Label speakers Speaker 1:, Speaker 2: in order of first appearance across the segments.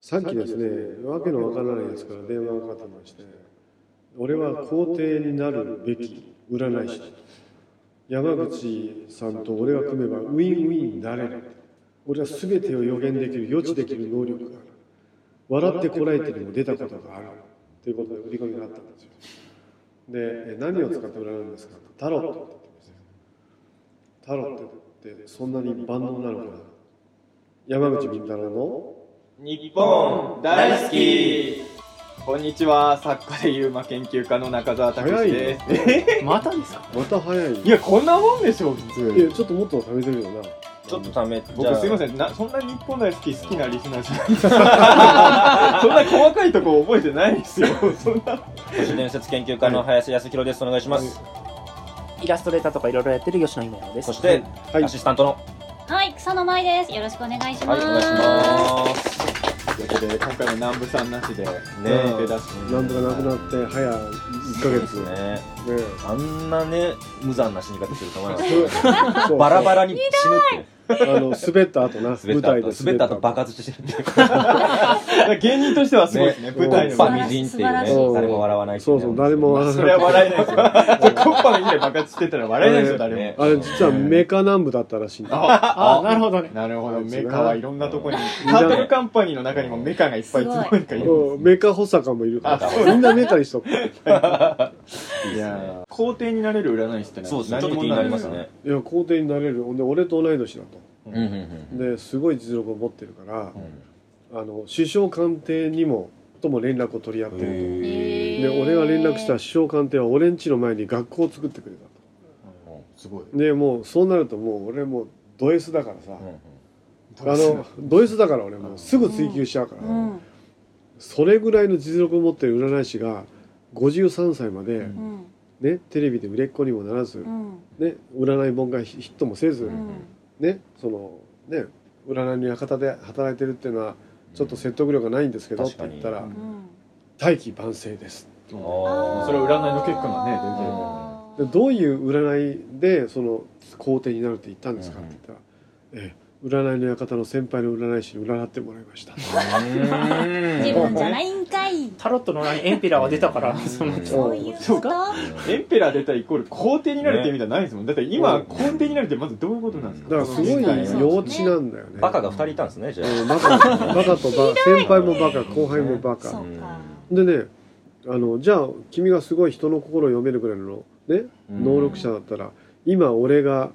Speaker 1: さっきですね、わけのわからないやつから電話がかかってまして、俺は皇帝になるべき占い師、山口さんと俺が組めばウィンウィンになれる、俺は全てを予言できる、予知できる能力がある、笑ってこらえてにも出たことがあるということで売り込みがあったんですよ。で、え何を使って占うんですかタロットって言ってましたよタロットってそんなに万能なのかな山口み太郎の
Speaker 2: 日本大好きこんにちは作家でユーマ研究家の中澤拓
Speaker 1: 早い
Speaker 2: 司
Speaker 1: よ
Speaker 2: です
Speaker 3: またですか
Speaker 1: また早いね
Speaker 2: いやこんなもんでしょ普
Speaker 1: いや
Speaker 2: 通
Speaker 1: ちょっともっと食べてるよな
Speaker 4: ちょっとため
Speaker 2: 僕すいま
Speaker 4: ん
Speaker 2: せんなそんな日本大好き好きなリスナーじゃないです そんな細かいとこ覚えてないですよそんな
Speaker 4: 伝説研究家の林康弘ですお願いします
Speaker 3: イラストレーターとかいろいろやってる吉野姫乃です
Speaker 4: そして
Speaker 1: はい
Speaker 4: アシスタントの
Speaker 5: はい、草の舞です。よろしくお願いし
Speaker 4: はい
Speaker 5: ます。
Speaker 4: お願いします
Speaker 2: ということで今回も南部さんなしでね
Speaker 4: え
Speaker 2: 出だし
Speaker 1: なんとかなくなって早1ヶ月 ね
Speaker 4: ね
Speaker 1: ね
Speaker 4: あんなね無残な死に方すると思います
Speaker 1: そうそう
Speaker 4: バラバラに死ぬって
Speaker 1: あの滑った後な
Speaker 4: 滑
Speaker 1: 舞
Speaker 4: った
Speaker 1: 台
Speaker 4: 後
Speaker 1: で
Speaker 4: 滑った後爆発してるっていう
Speaker 2: 芸人としてはすごいですね
Speaker 4: ね
Speaker 2: 舞台の
Speaker 4: コ
Speaker 5: そ
Speaker 4: ン
Speaker 5: う
Speaker 4: パみじんっていうね誰も笑わないってい
Speaker 1: そうそう誰も笑わ
Speaker 2: そ
Speaker 1: な
Speaker 2: れ
Speaker 1: い
Speaker 2: は笑えない ですよそれコッパの意味で爆発してたら笑えないですよ誰も、
Speaker 4: ね
Speaker 1: あれ実はメカ南部だったらしいんだ
Speaker 2: あ
Speaker 3: ああなるほどね
Speaker 2: なるほ
Speaker 1: そ
Speaker 2: ど、
Speaker 1: うです
Speaker 2: メ
Speaker 1: ね
Speaker 2: カはいろんなとこに、タートルカンパニーの中にもメカがいっぱいいつの間にかいる。
Speaker 1: うんメカ保坂もいるか
Speaker 2: あ
Speaker 1: らみんなメカにしとくい
Speaker 2: いやー皇帝になれる占い師って
Speaker 4: そうですねちょっと気になります。ね
Speaker 1: や皇帝になれるほんで俺と同い年だと
Speaker 4: うんうんうん
Speaker 1: ですごい実力を持ってるから
Speaker 4: うん
Speaker 1: あの首相官邸にもとも連絡を取り合ってる
Speaker 5: へ
Speaker 4: へ
Speaker 5: ー
Speaker 1: とで俺が連絡した首相官邸は俺ん家の前に学校を作ってくれた
Speaker 2: すごい。
Speaker 1: とでもうそうなるともう俺もうド S だからさ、あ
Speaker 2: ど
Speaker 1: のド S だから俺もうすぐ追求しちゃうから、
Speaker 5: うん、
Speaker 1: それぐらいの実力を持ってる占い師が53歳まで、
Speaker 4: ん
Speaker 5: うん、
Speaker 1: ね、テレビで売れっ子にもならず、
Speaker 5: うん、
Speaker 1: ね、占い本がヒヒットもせず、
Speaker 5: うん、
Speaker 1: ねそのね占いの館で働いてるっていうのはちょっと説得力がないんですけどって
Speaker 4: 確か
Speaker 1: 言
Speaker 4: に
Speaker 1: ったら
Speaker 2: うん
Speaker 5: うん。
Speaker 1: 「大器晩成です
Speaker 4: あー
Speaker 2: それは占いの結果がね出てる
Speaker 5: あ」
Speaker 1: で
Speaker 5: ー
Speaker 1: どういう占いでその皇帝になるって言ったんですか?」
Speaker 4: う
Speaker 1: っ
Speaker 4: ん
Speaker 1: て言ったら「ええ占いの館の先輩の占い師に占ってもらいました」
Speaker 5: 自分じゃないいんかい。
Speaker 3: タロットの裏にエンペラーは出たから
Speaker 4: うん
Speaker 3: その人
Speaker 5: そういう
Speaker 3: そう
Speaker 5: こと。
Speaker 3: か
Speaker 2: エンペラー出たイコール皇帝になるって意味じゃないですもん。だって今、皇帝になるってまずどういうことなんですか
Speaker 1: だからすごい幼稚なんだよね
Speaker 4: バカが二人いたんですねじゃ
Speaker 1: うんバカバ カとバカ先輩もバカ後輩もバ
Speaker 5: そ
Speaker 1: カ
Speaker 5: うか。
Speaker 1: でねあのじゃあ君がすごい人の心を読めるぐらいの、ね、
Speaker 4: うん
Speaker 1: 能力者だったら今俺が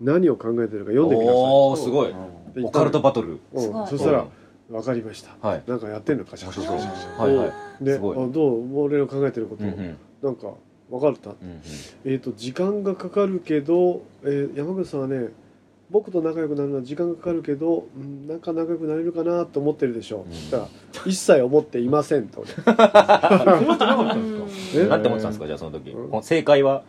Speaker 1: 何を考えてるか
Speaker 4: あ
Speaker 1: 読んでください
Speaker 4: おおすご
Speaker 1: っ
Speaker 4: い
Speaker 1: て言
Speaker 4: オ
Speaker 1: った
Speaker 4: カ
Speaker 1: の
Speaker 4: ルトバトル
Speaker 5: すご
Speaker 1: うん
Speaker 5: い
Speaker 1: そしたら「分かりました
Speaker 4: はい」
Speaker 1: なんかやってんのかしら
Speaker 4: はいはい
Speaker 1: ですあ
Speaker 4: ごい
Speaker 1: どう俺の考えてること
Speaker 4: うんう
Speaker 1: なんんか分かった
Speaker 4: うん
Speaker 1: えっと時間がかかるけど、えー山口さんはね僕と仲良くなるのは時間がかかるけど、うん、なんか仲良くなれるかなと思ってるでしょう、
Speaker 4: うん
Speaker 1: そしたら「一切思っていません」と俺
Speaker 2: 思ってなかったんですか
Speaker 5: う
Speaker 4: う
Speaker 1: え
Speaker 4: んなんて思ってたんですかじゃあその時
Speaker 1: うん
Speaker 4: この正解は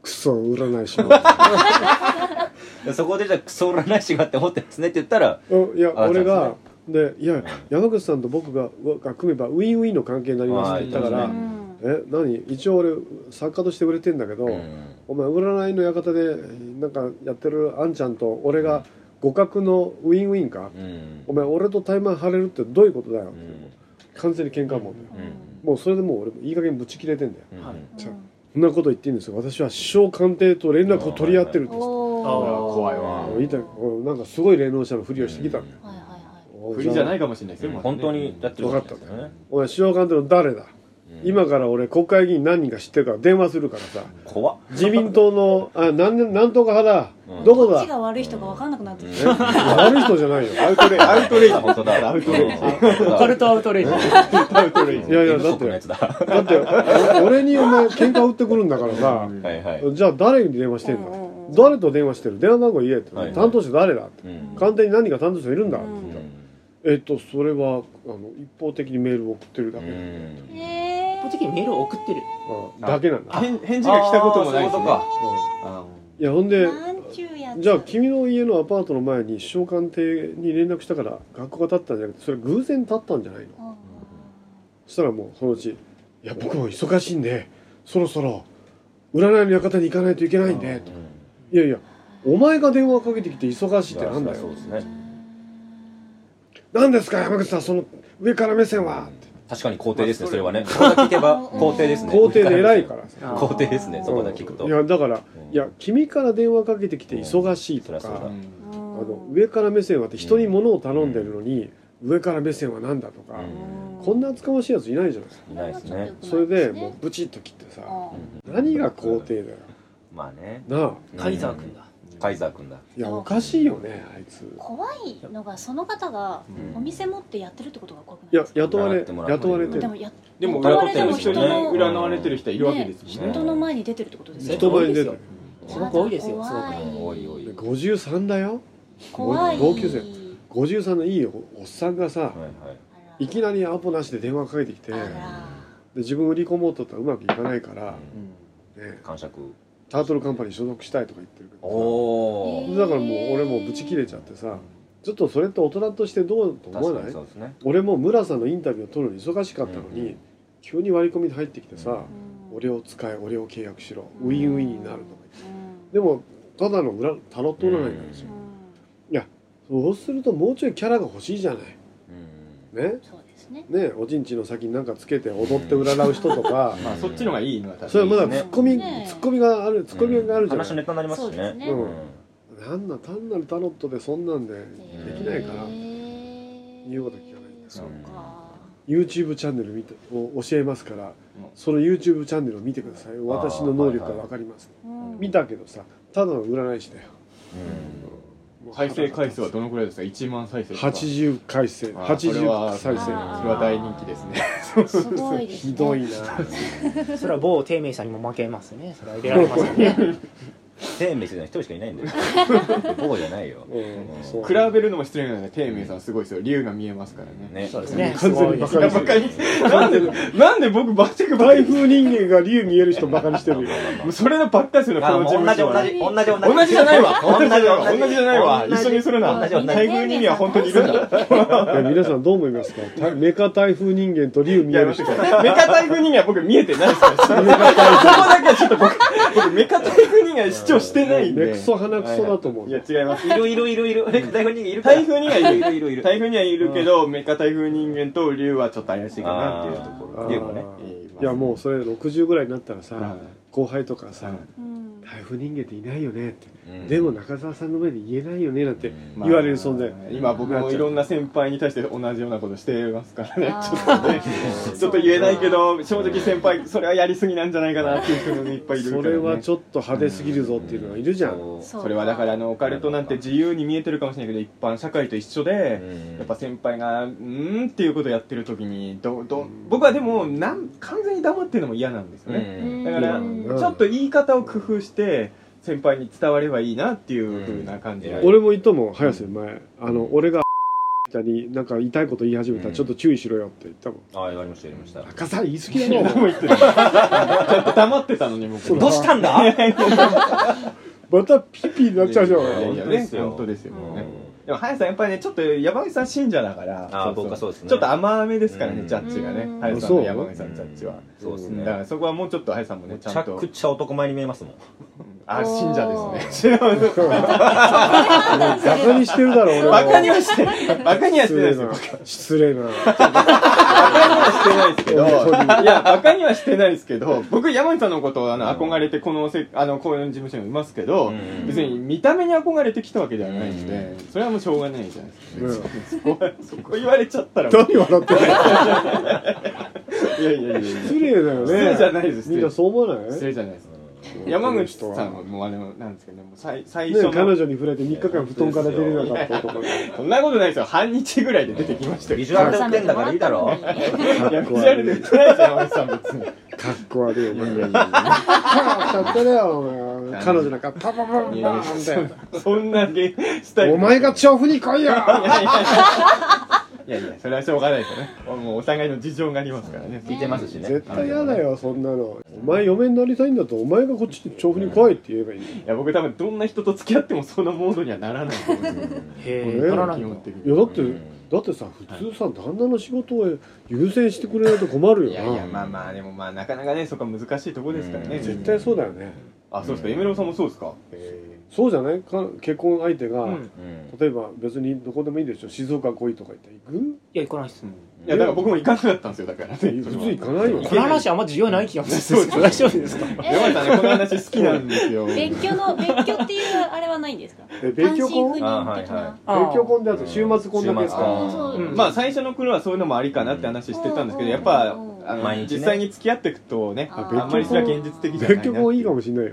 Speaker 1: クソ占い師の
Speaker 4: そこでじゃあクソ占い師がって思ってますねって言ったら
Speaker 1: うんいや
Speaker 4: あ
Speaker 1: 俺がで,、いや山口さんと僕がうが組めばウィンウィンの関係になりますって言ったか
Speaker 4: あ
Speaker 1: ら
Speaker 4: ー
Speaker 1: 「え何一応俺作家として売れてんだけど、
Speaker 4: うん
Speaker 1: お前占いの館でなんかやってるあんちゃんと俺が互角のウィンウィンか、
Speaker 4: うん
Speaker 1: お前俺と対マン張れるってどういうことだよ」
Speaker 4: うん
Speaker 1: 完全に喧嘩もんだよ
Speaker 4: うん
Speaker 1: もうそれでもう俺もいい加減ぶち切れてんだよ
Speaker 4: うん
Speaker 3: はい
Speaker 1: ちゃそんなこと言っていいんですよ私は首相官邸と連絡を取り合ってるんですって
Speaker 5: お
Speaker 2: ー怖いわ
Speaker 1: 言いたい俺なんかすごい霊能者のふりをしてきたの
Speaker 5: お。はいはいはい。
Speaker 1: お
Speaker 2: 振りじゃないいかもしれないですよ。
Speaker 4: 本当に
Speaker 2: だ
Speaker 4: やってるわけですよね
Speaker 1: お前首相官邸の誰だ
Speaker 4: うん
Speaker 1: 今から俺国会議員何人か知ってるから電話するからさ
Speaker 4: 怖っ
Speaker 1: 自民党のあ何何とか派
Speaker 4: う
Speaker 1: だ
Speaker 4: ん
Speaker 1: どこ
Speaker 5: こっ
Speaker 1: だ
Speaker 5: ちが悪い人が分かんなくなってき
Speaker 1: え
Speaker 5: た。
Speaker 1: 悪い人じゃないよ
Speaker 2: アウトレイ、アウトレイジ。
Speaker 4: 本当だ
Speaker 2: アウトレイジ。
Speaker 3: オカルトアウトレイジ
Speaker 2: アウトレイジ。
Speaker 1: いやいやだって
Speaker 4: のやつだは
Speaker 1: だってお俺にお前喧嘩売ってくるんだからさ
Speaker 4: いはい
Speaker 1: じゃあ誰に電話してんだ
Speaker 5: うんうんうん
Speaker 1: 誰と電話してる電話番号言えって
Speaker 4: はいはい
Speaker 1: 担当者誰だって
Speaker 4: うん
Speaker 1: 官邸に何か担当者いるんだ
Speaker 5: うん
Speaker 1: えっとそれはあの一方的にメールを送ってるだけ、
Speaker 4: うん
Speaker 5: え
Speaker 3: こっちにメールを送ってる
Speaker 1: まあだけなんだ、
Speaker 2: 返返事が来たこともないですね
Speaker 4: あーそういうこ
Speaker 2: あ
Speaker 1: うんいやほん
Speaker 5: え
Speaker 1: で
Speaker 5: なんちゅうやつ。
Speaker 1: じゃあ君の家のアパートの前に首相官邸に連絡したから学校が立ったんじゃなくてそれ偶然立ったんじゃないの
Speaker 5: うん
Speaker 1: そしたらもうそのうち「いや僕も忙しいんでそろそろ占いの館に行かないといけないんで」と
Speaker 4: うん
Speaker 1: いやいやお前が電話かけてきて忙しいってなんだ
Speaker 4: そ
Speaker 1: よ
Speaker 4: うですね
Speaker 1: 何ですか山口さんその上から目線はって
Speaker 4: 確かに皇帝ですねそれはねそこだけ聞けば皇帝ですね
Speaker 1: 皇帝で偉いからさ
Speaker 3: あー
Speaker 4: 皇帝ですねそこだけ聞くと
Speaker 1: いやだからいや君から電話かけてきて忙しいと
Speaker 4: うんそりゃ
Speaker 1: か
Speaker 4: そうだ
Speaker 5: あ
Speaker 1: あの上から目線はって人に物を頼んでるのに上から目線はなんだとかこんな厚かましいやついないじゃないですか
Speaker 4: いないですね
Speaker 1: それでもうブチッと切ってさ何が皇帝だよ
Speaker 4: まあね
Speaker 1: なあ
Speaker 3: カイザー君だ
Speaker 4: カイザー君だ
Speaker 1: いやおかしいよねあいつ
Speaker 5: 怖いのがその方がお店持ってやってるってことが怖くない
Speaker 1: いや
Speaker 5: ですか
Speaker 1: 雇われ
Speaker 4: 習ってもらって
Speaker 1: 雇われて
Speaker 5: で
Speaker 1: る
Speaker 5: もや
Speaker 2: でも
Speaker 5: 雇
Speaker 2: 裏
Speaker 5: わ
Speaker 2: 取
Speaker 5: れ
Speaker 4: 雇
Speaker 5: て
Speaker 4: われ
Speaker 5: も
Speaker 2: 人
Speaker 4: てる
Speaker 5: 人
Speaker 2: に
Speaker 4: んですよね
Speaker 5: の
Speaker 4: 裏
Speaker 2: 占われてる人はいるわけですもん
Speaker 5: 人
Speaker 2: ね
Speaker 5: の前に出てるってことですよ
Speaker 1: 人前に出て
Speaker 3: 多い
Speaker 1: る
Speaker 3: ですその子多いですよ
Speaker 5: 怖
Speaker 3: すごく
Speaker 5: い
Speaker 4: おいおいはい
Speaker 1: 53だよ
Speaker 5: 怖い
Speaker 1: 同級生53のいいおおっさんがさ
Speaker 4: はい
Speaker 1: いきなりアポなしで電話かけてきて
Speaker 5: あ
Speaker 1: で
Speaker 5: ら
Speaker 1: 自分売り込もうとったらうまくいかないから、ね、
Speaker 4: 感触
Speaker 1: タートルカンパニー所属したいとか言ってるけ
Speaker 4: お
Speaker 1: ど
Speaker 4: お
Speaker 1: さだからもう俺もうブチ切れちゃってさちょっとそれって大人としてどうと思わ
Speaker 4: 確か
Speaker 1: な
Speaker 4: に
Speaker 1: い
Speaker 4: そうですね
Speaker 1: 俺も村さんのインタビューを取るの忙しかったのに、
Speaker 4: うん
Speaker 1: 急に割り込みで入ってきてさ、
Speaker 5: うん
Speaker 1: 俺を使え俺を契約しろ
Speaker 5: うん
Speaker 1: ウィンウィンになるとか言って
Speaker 5: うん
Speaker 1: でもただの裏タロット占いなんですよ、
Speaker 5: うん
Speaker 1: そうするともうちょいキャラが欲しいじゃない
Speaker 4: うん
Speaker 1: ね
Speaker 5: そうですね
Speaker 1: ねおちんちの先に何かつけて踊って占う人と か、
Speaker 2: まあそっちの方がいいのは
Speaker 1: そ
Speaker 2: 確
Speaker 1: れ
Speaker 2: か
Speaker 1: は
Speaker 2: に
Speaker 1: まだ
Speaker 4: ね
Speaker 1: ツッコミ、
Speaker 5: ね
Speaker 1: ツッコミがあるツッコミがあるじゃない、
Speaker 4: 話のネタになりますし
Speaker 5: そうで
Speaker 4: ね
Speaker 5: すね
Speaker 1: うん
Speaker 4: うん
Speaker 1: なんな単なるタロットでそんなんで
Speaker 5: で
Speaker 1: できないから、言
Speaker 5: 言
Speaker 1: うこと聞かないんだ
Speaker 5: そうか
Speaker 1: YouTube チャンネル見てを教えますから、
Speaker 2: ん
Speaker 1: その YouTube チャンネルを見てください私の能力が分かります、
Speaker 5: うん
Speaker 1: 見たけどさただの占い師だよもう
Speaker 2: 再生回数はどのくらいですか1万再生とか
Speaker 1: 80回生
Speaker 2: あーそれは
Speaker 1: 80再
Speaker 2: それ
Speaker 5: あー
Speaker 1: 生
Speaker 2: は大人気です ね
Speaker 5: すごいですね
Speaker 1: ひどいな
Speaker 3: それは某低迷者にも負けますねそれは入れられますよね
Speaker 4: 天命じゃない一人しかいない んだよ僕じゃないよ
Speaker 1: うんそう
Speaker 2: 比べるのも失礼なので丁寧さんすごいですよ竜が見えますからね
Speaker 4: ね
Speaker 3: そうですね
Speaker 1: 完全にバカに
Speaker 3: す
Speaker 1: し
Speaker 3: ご
Speaker 1: て
Speaker 3: い
Speaker 1: る
Speaker 3: で
Speaker 2: バカに なんでなんで僕バチクバ
Speaker 1: 台
Speaker 2: イ
Speaker 1: 風人間が竜見える人バカにしてる よ
Speaker 2: もうそれのばっかりですよねこ
Speaker 4: あ
Speaker 2: の
Speaker 4: も
Speaker 2: 事
Speaker 4: う同
Speaker 2: 務
Speaker 4: じ
Speaker 2: 所は
Speaker 4: 同
Speaker 2: 同じ
Speaker 4: じ同じ同じ
Speaker 2: じゃないわ
Speaker 4: 同
Speaker 2: 同
Speaker 4: じ
Speaker 2: じ
Speaker 4: じ
Speaker 2: じ
Speaker 4: ゃ
Speaker 2: ゃ
Speaker 4: な
Speaker 2: ないいわ同じじゃないわ
Speaker 4: 同じ
Speaker 2: 一緒にするな
Speaker 4: 同じ同じ
Speaker 2: 台風には本当にいるんだ
Speaker 1: いや皆さんどう思いますかたメカ台風人間と竜見える 人
Speaker 2: メカ台風人間は僕見えてないですからそこだけはちょっと僕僕メカ台風人間主張してないんで
Speaker 1: 目くそ鼻くそだと思う
Speaker 2: いや違います
Speaker 4: いるいるいるいる台風人間いるから
Speaker 2: 台風にはい
Speaker 4: い
Speaker 2: る
Speaker 4: るいるいる
Speaker 2: 台風にはいるけどメカ台風人間と竜はちょっと怪しいかなっていうとこ
Speaker 1: あ
Speaker 2: ろ
Speaker 1: ー
Speaker 4: 竜もね
Speaker 1: いやもうそれ60ぐらいになったらさ、
Speaker 2: はい
Speaker 1: 後輩とかさ、
Speaker 2: はい
Speaker 5: うん
Speaker 1: 台風人間っていないよねって、
Speaker 4: うん
Speaker 1: でも中澤さんの前で言えないよねなんて
Speaker 4: うん
Speaker 1: 言われる存在、
Speaker 2: 今僕もいろんな先輩に対して同じようなことしてますからねちょっとね
Speaker 5: あ ー
Speaker 2: ちょっと言えないけど正直先輩それはやりすぎなんじゃないかなっていう人もいっぱいいるから、
Speaker 1: そ
Speaker 2: ね、
Speaker 1: れはちょっと派手すぎるぞっていうのがいるじゃん、
Speaker 4: そう
Speaker 5: そう
Speaker 2: それはだからあのオカルトなんて自由に見えてるかもしれないけど一般社会と一緒で、
Speaker 4: うん
Speaker 2: やっぱ先輩が「うーん」っていうことやってる時にどど僕はでもなん完全に黙ってるのも嫌なんですよ
Speaker 4: う
Speaker 2: ね、
Speaker 4: ん
Speaker 2: だから、
Speaker 5: うん
Speaker 2: ちょっと言い方を工夫して先輩に伝わればいいなっていうふうな感じで、
Speaker 4: うん
Speaker 1: 俺もいとも早瀬前あの俺がみたいになんか痛いこと言い始めたらちょっと注意しろよって言ったもん
Speaker 4: ああ言われました言われました
Speaker 1: 中澤言い過ぎだろ
Speaker 2: もう言ってるちょっと黙ってたのに僕
Speaker 4: どうしたんだ
Speaker 1: またピーピーになっちゃうじゃん
Speaker 4: いやいや
Speaker 2: い
Speaker 4: いや
Speaker 2: や
Speaker 4: 本当
Speaker 2: ね
Speaker 4: ですよ
Speaker 2: 本当ですよ
Speaker 5: うん
Speaker 2: ねでも早さんやっぱりねちょっと山口さん信者だから
Speaker 4: あー僕はそうですね
Speaker 2: ちょっと甘めですから
Speaker 4: う
Speaker 2: ね
Speaker 4: ん
Speaker 2: ジャッジがね
Speaker 5: うん
Speaker 2: 早さんの山口さんのジャッジは
Speaker 4: そうです
Speaker 2: だか
Speaker 4: ね
Speaker 2: らそこはもうちょっと早さんもね
Speaker 4: め
Speaker 2: ち
Speaker 4: ち
Speaker 2: ゃん
Speaker 4: ゃ
Speaker 2: と
Speaker 4: くちゃ男前に見えますもん
Speaker 2: あ信者です ね
Speaker 1: バカにしてるだろ俺
Speaker 2: バカに
Speaker 1: は
Speaker 2: はしてバカにはして
Speaker 1: 失
Speaker 2: ないで
Speaker 1: 礼
Speaker 2: すよ
Speaker 1: な失礼な
Speaker 2: バカにはしてないですけ
Speaker 1: 本
Speaker 2: どいやバカにはしてないですけど僕山口さんのことをあの憧れてこのせあのこういう事務所にいますけど
Speaker 4: うん
Speaker 2: 別に見た目に憧れてきたわけではないのでそれはもうしょうがないじゃないですか
Speaker 1: うん
Speaker 2: そこはそこ言われちゃったら
Speaker 1: 何笑ってる
Speaker 2: いやいやいやいや
Speaker 1: 失礼だよね
Speaker 2: 失礼じゃないです失礼
Speaker 1: みんなそう思わない
Speaker 2: 失礼じゃないです
Speaker 1: うん
Speaker 2: 山口さんはもうあれなんですけどねもう最最
Speaker 1: ね
Speaker 2: 初の
Speaker 1: 彼女に触れて3日間布団から出れなかったとか
Speaker 2: そんなことないですよ半日ぐらいで出てきましたよ
Speaker 4: ビジュアルで売ってんだからいいだろ
Speaker 2: いやビジュアルで売ってないですよ山口さん別に
Speaker 1: かっこ悪いお前
Speaker 2: いやい
Speaker 1: 買
Speaker 2: や
Speaker 1: ったねお前 彼女なんかパパパパパ
Speaker 2: いや
Speaker 1: ーンって
Speaker 2: そんなゲしたい
Speaker 1: お前が調布に来いよ
Speaker 2: いやいやいやいやそれはしょうがないですよねもうお互いの事情がありますからね
Speaker 4: 聞いてますしね
Speaker 1: 絶対嫌だよそんなのお前嫁になりたいんだとお前がこっちに調布に来いって言えばいい
Speaker 2: いや僕多分どんな人と付き合ってもそのモードにはならないと思うんですよ
Speaker 3: へ
Speaker 1: え
Speaker 3: えならない
Speaker 2: 基
Speaker 3: の
Speaker 2: 本的
Speaker 1: いや
Speaker 2: に
Speaker 1: だって
Speaker 4: うん
Speaker 1: だってさ普通さ旦那の仕事を優先してくれないと困るよ
Speaker 2: いやいや
Speaker 1: な
Speaker 2: まあまあでもまあなかなかねそこは難しいとこですからね
Speaker 4: うん
Speaker 1: 絶対そうだよね
Speaker 2: あそうですかエメロさんもそうですか
Speaker 1: そうじゃないか結婚相手が
Speaker 3: うん
Speaker 4: うん
Speaker 1: 例えば別にどこでもいいでしょ静岡来いとか言ったら行く
Speaker 3: いや行かないっす
Speaker 2: うんいやだから僕も行かなかったんですよだからね
Speaker 1: 普通行かないよ
Speaker 3: この話あんま需要ない気がするんですけど大丈夫ですか
Speaker 5: え
Speaker 2: 山田さんねこの話好きなんですよ
Speaker 5: 別居の別居っていうあれはないんですか
Speaker 1: え勉強
Speaker 5: 単身赴
Speaker 1: 婚
Speaker 5: 任的
Speaker 4: あはいは
Speaker 5: な
Speaker 1: 勉強婚であと週末婚だけです
Speaker 5: あ
Speaker 1: か
Speaker 5: ーそう
Speaker 3: うん
Speaker 2: まあ最初の頃はそういうのもありかなって話してたんですけどやっぱあ
Speaker 5: うん
Speaker 2: の
Speaker 4: 毎日ね
Speaker 2: 実際に付き合っていくとね
Speaker 5: あ
Speaker 2: あ
Speaker 5: 別居
Speaker 2: んまりそれは現実的じゃない
Speaker 1: 勉
Speaker 2: な
Speaker 1: 強婚いいかもしれないよ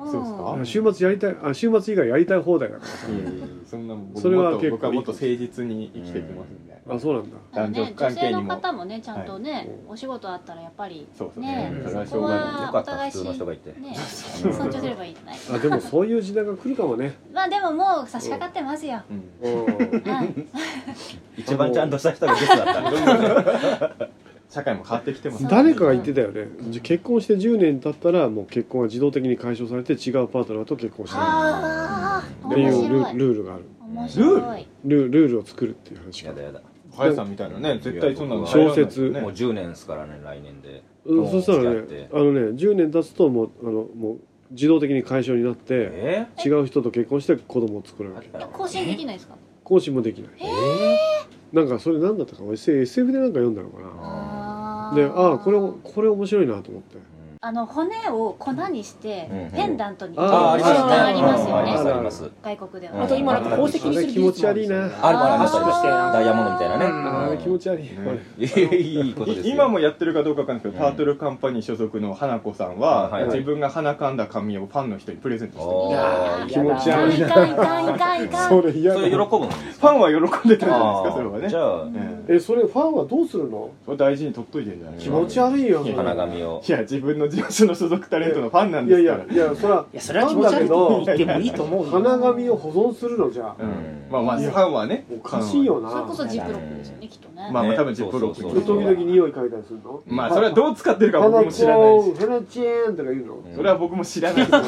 Speaker 4: うん
Speaker 5: うん
Speaker 2: そうですか
Speaker 1: あ週末やりたいあ週末以外やりたい放題だか
Speaker 2: いやいやいやそんなもん僕
Speaker 1: それは
Speaker 2: もっと
Speaker 1: 結構
Speaker 2: 僕はもっと誠実に生きていきますんで
Speaker 1: らあそうなんだ
Speaker 5: だから
Speaker 2: 男
Speaker 5: ね
Speaker 2: 女
Speaker 5: 女
Speaker 2: 関
Speaker 5: 性
Speaker 2: 係にも
Speaker 5: の方もねちゃんとね、
Speaker 1: い
Speaker 5: お仕事あったらやっぱり
Speaker 2: そうそう
Speaker 5: ね
Speaker 2: それはし
Speaker 5: そ
Speaker 2: ょ
Speaker 5: こ
Speaker 2: うがない
Speaker 5: は
Speaker 4: よか
Speaker 5: お
Speaker 4: った
Speaker 5: 互い
Speaker 4: 普通
Speaker 5: し
Speaker 4: の人がいて
Speaker 5: ね
Speaker 4: うん
Speaker 5: 尊重すればいいじゃないですか
Speaker 1: あでもそういう時代が来るかもね
Speaker 5: まあでももう差し掛かってますよ、
Speaker 2: うん
Speaker 1: うん
Speaker 5: はい
Speaker 4: 一番ちゃんとした人がゲスだったね
Speaker 2: 社会も変わってきてますね
Speaker 1: 誰かが言ってたよねじゃ結婚して10年経ったらもう結婚は自動的に解消されて違うパートナーと結婚しな
Speaker 5: ああ
Speaker 1: いってい
Speaker 5: 面
Speaker 1: うル
Speaker 5: 白い
Speaker 1: ルールがある
Speaker 5: 面白い
Speaker 1: ルルールを作るっていう話
Speaker 4: やだやだ
Speaker 2: 林さんみたいなね絶対そんなの
Speaker 1: 小説
Speaker 2: ね
Speaker 4: もう10年ですからね来年で
Speaker 1: うんそしたら
Speaker 4: 付き合っ
Speaker 1: ね
Speaker 4: て
Speaker 1: あのね10年経つともうあのもう自動的に解消になって
Speaker 4: え
Speaker 1: 違う人と結婚して子供を作るわけ
Speaker 4: ー
Speaker 5: 更新できないですか
Speaker 1: 更新もできない
Speaker 4: え
Speaker 1: なんかそれ何だったかな SF SF でなんか読んだのかな
Speaker 5: あー
Speaker 1: でああこれこれ面白いなと思って
Speaker 5: あの骨を粉にして
Speaker 4: うん
Speaker 5: ペンダントに
Speaker 1: あー
Speaker 4: あーありますね
Speaker 5: あり
Speaker 4: ありま
Speaker 5: ますよ
Speaker 4: す
Speaker 5: ね
Speaker 4: あります
Speaker 5: 外国では
Speaker 4: うん
Speaker 3: あと今なんか宝石にする技術もあるんですよ
Speaker 1: あれ気持ち悪い
Speaker 4: あるありますあります
Speaker 3: あー
Speaker 4: ダイヤモンドみたいなね
Speaker 3: うん
Speaker 1: ああ気持ち悪い、
Speaker 2: ね
Speaker 1: これ
Speaker 4: いいことですよ
Speaker 2: 今もやってるかどうかわかんないですけど、
Speaker 4: うん
Speaker 2: タートルカンパニー所属の花子さん
Speaker 4: あ
Speaker 2: は、
Speaker 4: はいはい
Speaker 2: 自分が鼻かんだ髪をファンの人にプレゼントして
Speaker 4: お
Speaker 2: ま
Speaker 4: ー
Speaker 2: す
Speaker 4: やー
Speaker 1: 気持ち悪い
Speaker 5: いかんいかんいかんいかん
Speaker 1: それ嫌
Speaker 4: それ喜ぶ
Speaker 1: だ
Speaker 4: の
Speaker 2: ファンは喜んでたんじゃないですかそれは
Speaker 4: あ
Speaker 2: ね
Speaker 4: ーじゃあ
Speaker 2: うん
Speaker 1: えそれファンはどうするの
Speaker 2: それ大事に取っといてんじゃない
Speaker 1: 気持ち悪いよ
Speaker 2: いや
Speaker 4: 花紙を
Speaker 2: いや自分の事務所の所属タレントのファンなん
Speaker 1: いや
Speaker 2: で
Speaker 1: い
Speaker 2: すから
Speaker 1: やいやそれはい
Speaker 3: やそれは気持ち悪いって言ってもいいと思うよ
Speaker 1: 花紙を保存するのじゃ
Speaker 2: う
Speaker 1: あ
Speaker 2: ん、まあまあファンはね
Speaker 1: おかしいよな
Speaker 5: それこそジップロックですよねきっとね
Speaker 2: まあまあ
Speaker 4: ね
Speaker 2: 多分ジップロック
Speaker 4: そう
Speaker 1: で
Speaker 4: そう
Speaker 1: 時
Speaker 4: そう
Speaker 1: 々匂い嗅いだりするの
Speaker 2: まあそれはどう使ってるか僕
Speaker 1: 花
Speaker 2: も
Speaker 1: ち
Speaker 2: 知
Speaker 1: ゃ
Speaker 2: らないし
Speaker 1: ん花ちゃんとか言うの
Speaker 4: うん
Speaker 2: それは僕も知らないです
Speaker 4: お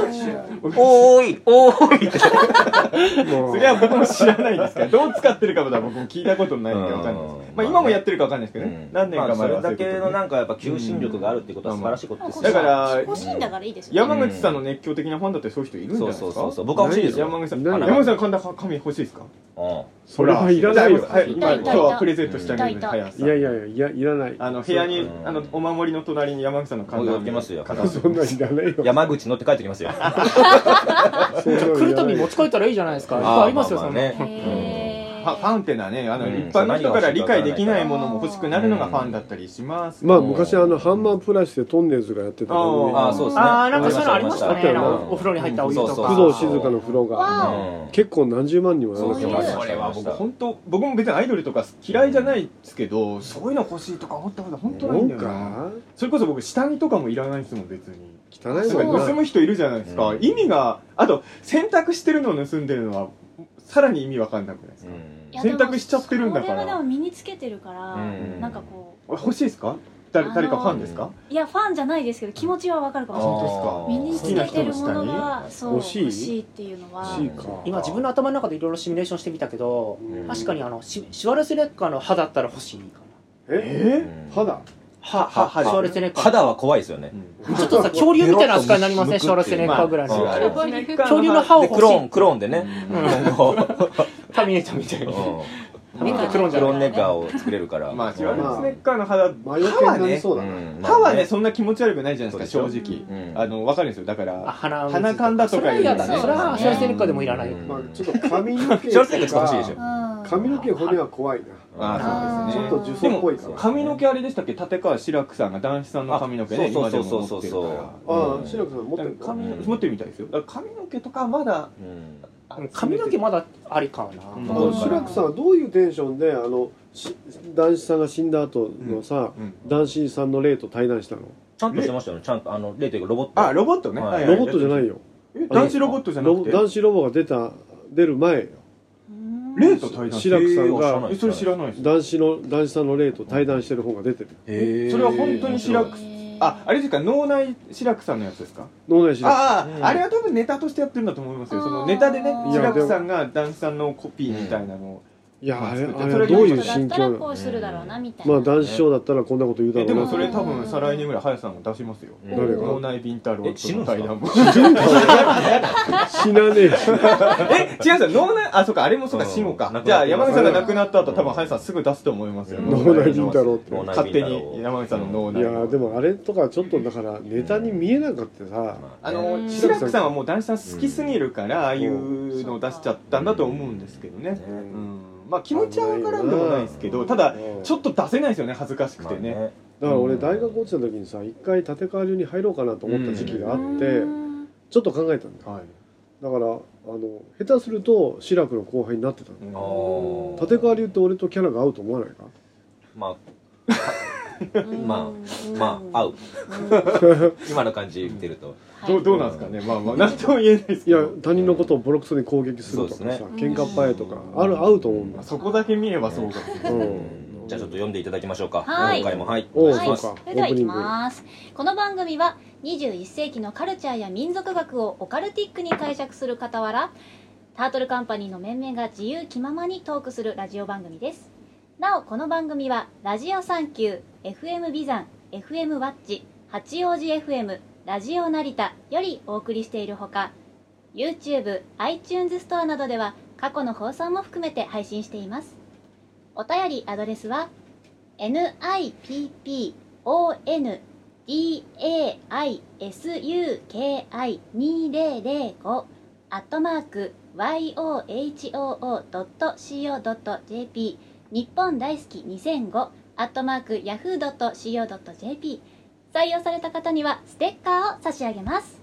Speaker 4: ーいおーいって
Speaker 1: も
Speaker 2: そうれは僕も知らないんですからどう使ってるかまだ僕も聞いたことないんでわかんないです
Speaker 4: うん
Speaker 2: まあ今もやってるかわかんないですけどね、
Speaker 4: うん
Speaker 2: 何年か
Speaker 4: まあ
Speaker 2: 前は
Speaker 4: それだ
Speaker 2: そうい
Speaker 4: け
Speaker 2: うこと
Speaker 4: のなんかやっぱ求心力があるってことは素晴らしいことですよ
Speaker 2: だから
Speaker 5: 欲しいんだからいいですよね
Speaker 2: 山口さんの熱狂的なファンだってそういう人いるんじゃない
Speaker 4: そう
Speaker 2: ですか
Speaker 4: そうそうそう僕は欲しいですよ
Speaker 2: 山口さん
Speaker 1: ない
Speaker 2: 山口さん神田紙欲しいですか
Speaker 4: うん
Speaker 1: それはいらないよ
Speaker 2: はい今
Speaker 5: たいたい
Speaker 2: 今
Speaker 5: た
Speaker 2: 日はプレゼントしてあげる
Speaker 5: い
Speaker 2: ん
Speaker 5: た
Speaker 2: で
Speaker 5: いた
Speaker 2: 林
Speaker 1: い
Speaker 2: さん
Speaker 1: やいやいやいらない
Speaker 2: あの部屋に
Speaker 4: うん
Speaker 2: あのお守りの隣に山口さんの神田
Speaker 4: もう置いてますよ
Speaker 2: 片
Speaker 1: そんなんいらないよ
Speaker 4: 山口のって帰ってきます よあ
Speaker 1: そんなんいらない
Speaker 3: 来るたび持ち帰ったらいいじゃないですかいっぱいありますよ
Speaker 4: ま
Speaker 3: そ
Speaker 4: あ
Speaker 3: ん
Speaker 4: まあ
Speaker 3: な
Speaker 4: ね
Speaker 5: へー
Speaker 2: ファファンってのはねあの
Speaker 4: うん
Speaker 2: 一般の人から理解できないものも欲しくなるのがファンだったりします
Speaker 1: まあ昔あのハンマープラスでトンネルズがやってた
Speaker 2: あ
Speaker 1: の
Speaker 4: あーそうですね
Speaker 3: あーなんかそういうのありました
Speaker 1: あった
Speaker 3: ね
Speaker 1: よ
Speaker 3: な
Speaker 1: なん
Speaker 3: かお風呂に入ったお湯と
Speaker 4: そ
Speaker 1: に
Speaker 4: うそう
Speaker 1: 工
Speaker 3: か
Speaker 1: 藤静香の風呂が
Speaker 5: わ
Speaker 4: うん
Speaker 1: 結構何十万人もやら
Speaker 5: そ
Speaker 1: な
Speaker 5: う
Speaker 1: き
Speaker 5: い
Speaker 1: ゃ
Speaker 5: う
Speaker 1: な
Speaker 2: それは僕本当僕も別にアイドルとか嫌いじゃないですけどそういうの欲しいとか思ったことは本当ないんだよな
Speaker 1: か
Speaker 2: それこそ僕下着とかもいらないですもん別に
Speaker 1: 汚
Speaker 2: ないん
Speaker 1: もん
Speaker 2: か盗
Speaker 1: な
Speaker 2: む人いるじゃないですか、
Speaker 4: うん
Speaker 2: 意味があと洗濯してるのを盗んでるのはさらに意味わかんなくないですか、
Speaker 4: うん
Speaker 5: いや
Speaker 2: 選択しちゃってるんだから
Speaker 5: でもそれはでも身につけてるから、
Speaker 4: うん
Speaker 5: なんかこう
Speaker 2: 欲しいですか誰誰かファンですか、
Speaker 5: いやファンじゃないですけど気持ちはわかるかもしれない
Speaker 2: 本
Speaker 5: 身につけてるものが
Speaker 4: うん
Speaker 5: そう
Speaker 1: 欲しい
Speaker 5: 欲しいっていうのは
Speaker 1: 欲しいか
Speaker 3: 今自分の頭の中でいろいろシミュレーションしてみたけど
Speaker 1: うん
Speaker 3: 確かにあのシシュワルツェネッカーの歯だったら欲しいかな
Speaker 1: え
Speaker 2: え
Speaker 4: うん
Speaker 1: 肌
Speaker 3: 歯
Speaker 4: 歯
Speaker 3: 歯
Speaker 4: 歯
Speaker 3: 歯シュワルツェネッカー
Speaker 4: 肌は怖いですよね
Speaker 3: ちょっとさ恐竜みたいな扱いになりません、
Speaker 4: ペ
Speaker 3: シ
Speaker 4: ロ
Speaker 3: ュワル
Speaker 4: ッと
Speaker 3: ツェネッカーぐらいの
Speaker 4: うん
Speaker 5: あ
Speaker 4: あ
Speaker 5: れ
Speaker 4: れ
Speaker 5: は
Speaker 3: 恐竜の歯を
Speaker 4: で
Speaker 3: 欲
Speaker 4: ク
Speaker 3: しい
Speaker 4: ローンクローンでね今後
Speaker 3: ターミネーターみたいな
Speaker 5: 目が
Speaker 3: クローンじゃ
Speaker 4: クロ
Speaker 3: な
Speaker 4: ー
Speaker 3: い
Speaker 4: ンネッカーを作れるから
Speaker 2: まあシワルツ
Speaker 1: ま
Speaker 2: ェネッカーの肌
Speaker 1: 魔除けになりそうだな
Speaker 4: うんまあ
Speaker 2: 歯はねそんな気持ち悪くないじゃないですか正
Speaker 4: そう
Speaker 5: でしょ
Speaker 2: 直、
Speaker 4: うん
Speaker 2: あのわかるんですよだから
Speaker 3: あ鼻水
Speaker 2: 鼻かんだと
Speaker 3: それ
Speaker 2: か
Speaker 3: は
Speaker 2: より
Speaker 3: 嫌だね
Speaker 5: そう
Speaker 3: それはシュワルツェネッカーでもいらな
Speaker 4: う
Speaker 3: いよ
Speaker 4: ん
Speaker 1: まあちょっと髪の毛
Speaker 4: ショーツェネッカーとか欲しいでしょ
Speaker 5: うん
Speaker 1: 髪の毛骨は怖いな
Speaker 2: ああそ
Speaker 5: あー
Speaker 2: うですね
Speaker 1: ちょっと呪詛っぽいか
Speaker 4: でも
Speaker 1: ら
Speaker 2: 髪の毛あれでしたっけ立川志らくさんが男子さんの髪の毛ね
Speaker 4: あそ
Speaker 2: 今
Speaker 4: う
Speaker 2: で
Speaker 4: そう
Speaker 2: も
Speaker 4: そ
Speaker 2: 持っ
Speaker 4: う
Speaker 2: てる
Speaker 4: そうそう
Speaker 2: か
Speaker 1: あ
Speaker 4: う
Speaker 1: あ
Speaker 4: ん
Speaker 1: 白くさん持っ
Speaker 2: ら
Speaker 1: て
Speaker 2: だ
Speaker 1: る
Speaker 2: から髪の
Speaker 4: うん
Speaker 2: 持ってるみたいですよだから髪の毛とかはまだ
Speaker 4: うん
Speaker 3: 髪の毛まだありかな、
Speaker 2: うん
Speaker 1: あの白くさんはどういうテンションであのし男子さんが死んだ後のさ
Speaker 2: うん
Speaker 1: 男子さんの霊と対談したの
Speaker 4: ちゃんとしてましたよねちゃんとあの例というかロボット
Speaker 2: あロボットね、
Speaker 4: はい
Speaker 1: ロボットじゃないいよ
Speaker 2: え男子ロボットじゃな
Speaker 1: ロ
Speaker 2: く
Speaker 1: ボ
Speaker 2: て
Speaker 1: 男子ロボが出た出る前よ
Speaker 5: うん
Speaker 2: レイと対談
Speaker 1: 志らくさんが
Speaker 2: えそれ知らないです
Speaker 1: 男子の男子さんの霊と対談してる本が出てる
Speaker 2: それは本当に志らく
Speaker 5: へー
Speaker 2: ああれですか脳内志らくさんのやつですか
Speaker 1: 脳内志ら
Speaker 2: あ
Speaker 4: う
Speaker 2: あ、
Speaker 4: ん
Speaker 2: あれは多分ネタとしてやってるんだと思いますよそのネタでね
Speaker 5: あー
Speaker 2: 志らくさんが男子さんのコピーみたいなのを
Speaker 1: いやあれ
Speaker 4: まあ
Speaker 1: あれ
Speaker 2: そ
Speaker 1: は
Speaker 2: れ
Speaker 1: どうい
Speaker 5: こ
Speaker 1: う
Speaker 5: の人だっ
Speaker 1: 心
Speaker 5: た
Speaker 1: 境
Speaker 5: ら
Speaker 1: な
Speaker 5: こ
Speaker 1: の
Speaker 5: うするだろうなみたいな、
Speaker 1: まあ男子賞だったらこんなこと言うだ
Speaker 2: えで
Speaker 1: ろう
Speaker 2: も
Speaker 1: な
Speaker 2: それ多分再来年ぐらい林さんも出しますよ
Speaker 1: 誰が
Speaker 2: 脳内ビンタロウとの対談も
Speaker 1: 死なね えし
Speaker 2: え違うんですよ脳内あそうかあれもそうか
Speaker 4: うん
Speaker 2: 死後
Speaker 4: 亡くな
Speaker 2: か
Speaker 4: って
Speaker 2: じゃあ山口さんが亡くなった後
Speaker 4: うん
Speaker 2: 多分林さんすぐ出すと思いますよ
Speaker 4: うん
Speaker 1: 脳内ビンタロウって
Speaker 4: 脳内
Speaker 2: 勝手
Speaker 4: ビンタロウ
Speaker 2: に山口さんの脳
Speaker 1: いや
Speaker 2: 内
Speaker 1: ーでもあれとかちょっとだからネタに見えなかったさ
Speaker 2: あ
Speaker 5: う
Speaker 2: の
Speaker 5: ん
Speaker 2: 志らくさんはもう男子さん好きすぎるからああいうのを出しちゃったんだと思うんですけどね
Speaker 1: う
Speaker 2: うんんまあ気持ちは分からんでもないですけどただちょっと出せないですよね恥ずかしくてね
Speaker 1: だから俺大学落ちた時にさ一回立川流に入ろうかなと思った時期があって、
Speaker 5: うん
Speaker 1: ちょっと考えたんだよ
Speaker 2: はい
Speaker 1: だからあの下手すると志らくの後輩になってたの
Speaker 2: うん
Speaker 1: 立川流って俺とキャラが合うと思わないか
Speaker 4: ま
Speaker 5: うん
Speaker 4: まあまあ合う
Speaker 5: うんは
Speaker 4: 今の感じ見てると
Speaker 5: い
Speaker 2: どうどうなんですかねまあまあ何とも言えないです
Speaker 1: い
Speaker 2: け
Speaker 1: や
Speaker 2: ど
Speaker 1: 他人のことをボロクソに攻撃するとかさ、
Speaker 4: そうですね
Speaker 1: 喧嘩っ早いとかある合うと思うんだ
Speaker 2: まあそこだけ見ればそうか
Speaker 1: うん
Speaker 4: じゃあちょっと読んでいただきましょうか
Speaker 5: はい
Speaker 4: 今回もはい
Speaker 1: おう
Speaker 4: 願いします
Speaker 1: そうか
Speaker 5: それでは行きますこの番組は21世紀のカルチャーや民族学をオカルティックに解釈する傍らタートルカンパニーの面々が自由気ままにトークするラジオ番組ですなおこの番組はラジオサンキュー FM ビザン FM ワッチ八王子 FM ラジオ成田よりお送りしているほか YouTube、iTunes ストアなどでは過去の放送も含めて配信していますお便りアドレスは nippon daisuki2005 アットマーク yohoo.co.jp 日本大好き2005アットマーク yahoo.co.jp 採用された方にはステッカーを差し上げます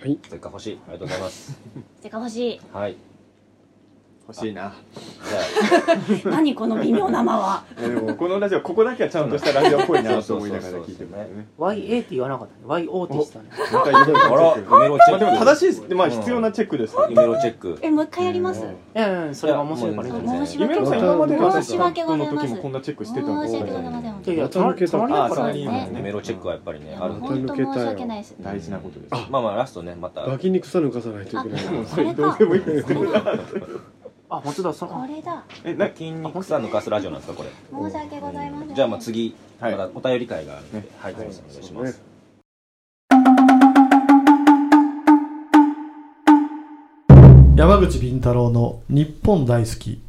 Speaker 1: はい
Speaker 4: せっか欲しいありがとうございます
Speaker 5: てか欲しい
Speaker 4: はい
Speaker 2: 欲しいな
Speaker 4: じ
Speaker 5: 何この微妙な間は
Speaker 2: いやでもこのラジオここだけはちゃんとしたラジオっぽいなと思いながら聞いてますね
Speaker 3: YA って言わなかったね YO って言ってたね
Speaker 2: また言いたい
Speaker 4: ゃああら
Speaker 2: こと
Speaker 4: イ
Speaker 2: で
Speaker 4: メ
Speaker 2: すよまあ
Speaker 4: ロチェック
Speaker 2: でも正しいですでまあ必要なチェックです
Speaker 4: イメロチェック
Speaker 5: えもう一回やります
Speaker 3: うん、うん、それが面白いから
Speaker 5: あ
Speaker 3: ね
Speaker 4: もう
Speaker 5: 申し
Speaker 2: ゆめ
Speaker 5: 訳
Speaker 2: ろ
Speaker 5: ご
Speaker 2: さ
Speaker 5: ざ
Speaker 2: ん今ま
Speaker 5: い
Speaker 2: での
Speaker 5: 申し訳ござい
Speaker 2: の
Speaker 5: ま
Speaker 2: 時
Speaker 5: す
Speaker 2: もこんなチェックしてたの
Speaker 5: 申し訳ございません
Speaker 3: いやいや
Speaker 1: また抜けた
Speaker 3: 隣だ
Speaker 2: あ
Speaker 3: か
Speaker 2: サラ
Speaker 3: ら
Speaker 2: リ
Speaker 3: ね
Speaker 2: ーマン
Speaker 4: イメロチェックはやっぱりねあるん
Speaker 1: ま
Speaker 4: で
Speaker 1: た
Speaker 5: 本当
Speaker 1: 抜けたよ
Speaker 5: 申し訳ないです
Speaker 2: 大事なことです
Speaker 1: あ
Speaker 4: まあまあラストねまた
Speaker 1: ガキに草抜かさないといけない
Speaker 2: もう
Speaker 5: あ
Speaker 2: それどうでもいいです けど
Speaker 3: あ本当だその
Speaker 5: これだ
Speaker 2: えな
Speaker 4: 筋肉さ抜かすラジオなんですかこれ
Speaker 5: 申し訳ございません
Speaker 4: じゃあまあ次ま
Speaker 2: はい
Speaker 4: たお便り会がある
Speaker 2: ね
Speaker 4: んではい
Speaker 1: はい
Speaker 4: お願いします
Speaker 6: 山口敏太郎の日本大好き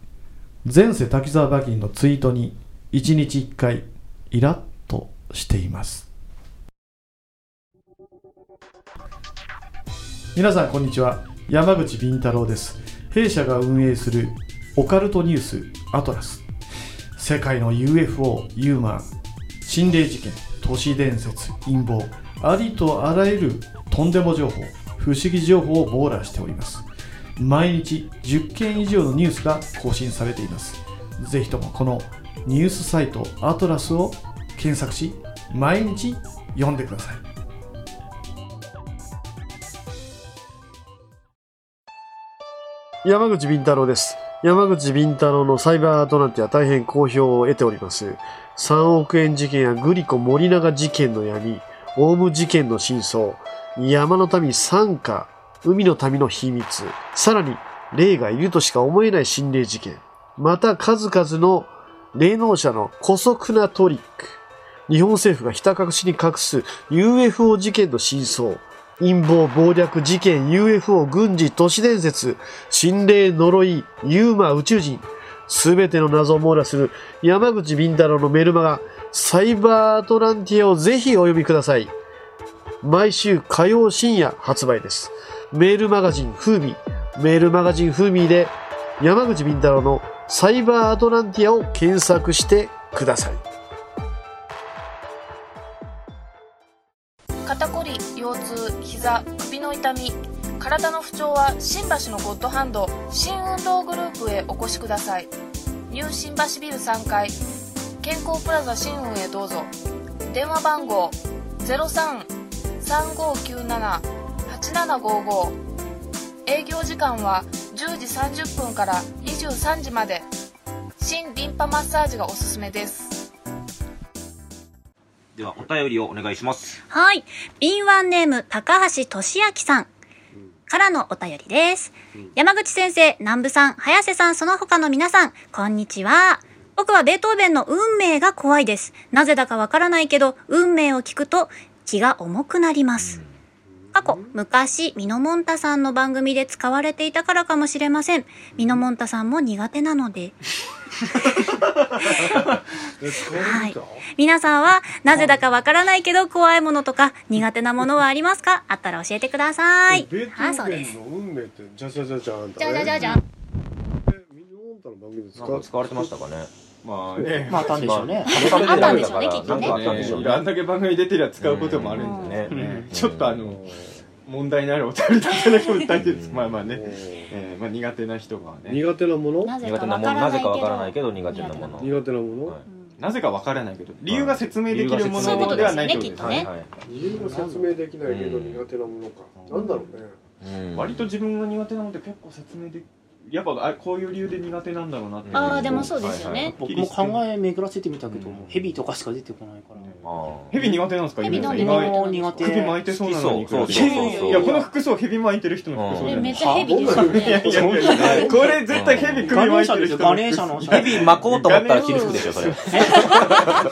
Speaker 6: 前世滝沢馬琴のツイートに1日1回イラッとしています皆さんこんにちは山口敏太郎です弊社が運営するオカルトニュースアトラス世界の UFO ユーマン心霊事件都市伝説陰謀ありとあらゆるとんでも情報不思議情報を網羅しております毎日10件以上のニュースが更新されていますぜひともこのニュースサイトアトラスを検索し毎日読んでください
Speaker 7: 山口敏太郎です。山口敏太郎のサイバーアトランティア大変好評を得ております。3億円事件やグリコ森永事件の闇、オウム事件の真相、山の民参加、海の民の秘密、さらに霊がいるとしか思えない心霊事件、また数々の霊能者の古速なトリック、日本政府がひた隠しに隠す UFO 事件の真相、陰謀、暴略、事件、UFO、軍事、都市伝説、心霊、呪い、ユーマ、宇宙人、すべての謎を網羅する山口敏太郎のメルマガ、サイバーアトランティアをぜひお読みください。毎週火曜深夜発売です。メールマガジンフーミー、メールマガジンフーミーで山口敏太郎のサイバーアトランティアを検索してください。
Speaker 8: 肩こり腰痛膝首の痛み体の不調は新橋のゴッドハンド新運動グループへお越しくださいニュー新橋ビル3階健康プラザ新運へどうぞ電話番号0335978755営業時間は10時30分から23時まで新リンパマッサージがおすすめです
Speaker 4: ではお便りをお願いします
Speaker 5: はい。敏腕ネーム、高橋俊明さん。からのお便りです。山口先生、南部さん、早瀬さん、その他の皆さん、こんにちは。僕はベートーベンの運命が怖いです。なぜだかわからないけど、運命を聞くと気が重くなります。過去、昔、ミノモンタさんの番組で使われていたからかもしれません。ミノモンタさんも苦手なの で。はい。皆さんは、なぜだかわからないけど、怖いものとか、苦手なものはありますかあったら教えてください。
Speaker 1: ベート
Speaker 5: はい、そ
Speaker 1: ー
Speaker 5: うで
Speaker 1: ベ
Speaker 5: す
Speaker 1: ン。の運命ってじゃじゃじゃじゃあんた
Speaker 5: じゃ
Speaker 1: ね
Speaker 5: じゃじゃじゃん。
Speaker 1: えミニオンタの番組で使
Speaker 4: なんか
Speaker 1: う
Speaker 4: 使われてましたかね。
Speaker 2: まあね
Speaker 3: まあ、あったんでしょうね。
Speaker 5: あったんでしょうねきっとね
Speaker 4: なんかあったんでしょう
Speaker 2: ねあん
Speaker 4: ね。
Speaker 2: だけ番組出てりゃ使うこともあるんでね
Speaker 4: うん
Speaker 2: ねちょっとあの問題のあるお便りだっただけも大事ですまあまあねえーまあ苦手な人がね
Speaker 1: 苦手なもの
Speaker 5: なぜ
Speaker 4: 苦
Speaker 5: か
Speaker 4: 手な
Speaker 5: わ
Speaker 4: もの
Speaker 5: か
Speaker 4: ない
Speaker 5: らなけ
Speaker 4: ぜか
Speaker 5: ど。
Speaker 4: わからないけど苦手なもの。
Speaker 1: 苦手なもの、
Speaker 4: はい
Speaker 2: なぜかわからないけど理由が説明できるも
Speaker 5: そういうこと
Speaker 2: ので
Speaker 5: で
Speaker 2: は
Speaker 5: すよ
Speaker 2: ない
Speaker 5: ね、
Speaker 2: ってこ
Speaker 5: き
Speaker 2: と
Speaker 5: っ
Speaker 2: ですね
Speaker 5: とね。
Speaker 4: はい
Speaker 1: 理由が説明できないけど苦手なものか、なんだろうね
Speaker 4: うん
Speaker 2: 割と自分が苦手なので結構説明でやっぱあこういう理由で苦手なんだろうなって
Speaker 4: うん
Speaker 5: ああ、でもそうですよね。
Speaker 3: 僕も考え巡らせてみたけど、ヘビとかしか出てこないから。
Speaker 4: あ
Speaker 2: ヘ
Speaker 4: ー
Speaker 2: ビ苦手なんですか
Speaker 5: ヘビなん
Speaker 2: 今
Speaker 5: で
Speaker 2: 意
Speaker 5: 苦手
Speaker 2: 外と
Speaker 5: なの
Speaker 3: 苦手
Speaker 2: 首巻いてそうなのに比べ
Speaker 4: そう
Speaker 2: て
Speaker 4: そうそうそう
Speaker 2: いやこの服装ヘビ巻いてる人の服装じ
Speaker 5: え
Speaker 2: ゃな
Speaker 5: め
Speaker 2: い
Speaker 5: っちゃヘビですよ
Speaker 2: いや
Speaker 5: ね。
Speaker 2: いやいやこれ絶対ヘビ首
Speaker 3: ガネー
Speaker 2: 巻い
Speaker 3: シャ
Speaker 2: て
Speaker 3: で
Speaker 2: る
Speaker 3: す
Speaker 2: 人
Speaker 3: よ、ガネーシャの。
Speaker 4: ヘビ巻こうと思ったら着る服でし ょそれ。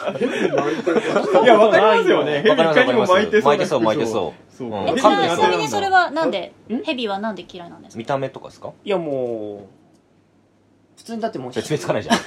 Speaker 2: いやわかりますよねヘビい
Speaker 4: わか
Speaker 2: かに
Speaker 4: ります
Speaker 2: も巻いてそう
Speaker 4: 巻
Speaker 2: な服装
Speaker 4: いてそう巻いてそう
Speaker 2: そううん
Speaker 5: え
Speaker 4: え
Speaker 5: ち
Speaker 4: ち
Speaker 5: な
Speaker 4: な
Speaker 5: み
Speaker 4: みに
Speaker 5: にちなみに
Speaker 2: そ
Speaker 5: それ
Speaker 2: れ
Speaker 5: はなんで
Speaker 3: ん
Speaker 5: ヘビはなんで嫌いなんですか
Speaker 4: 見た目とかですか？
Speaker 3: いや、もう、普通にだってもう、
Speaker 4: 説明つかないじゃん。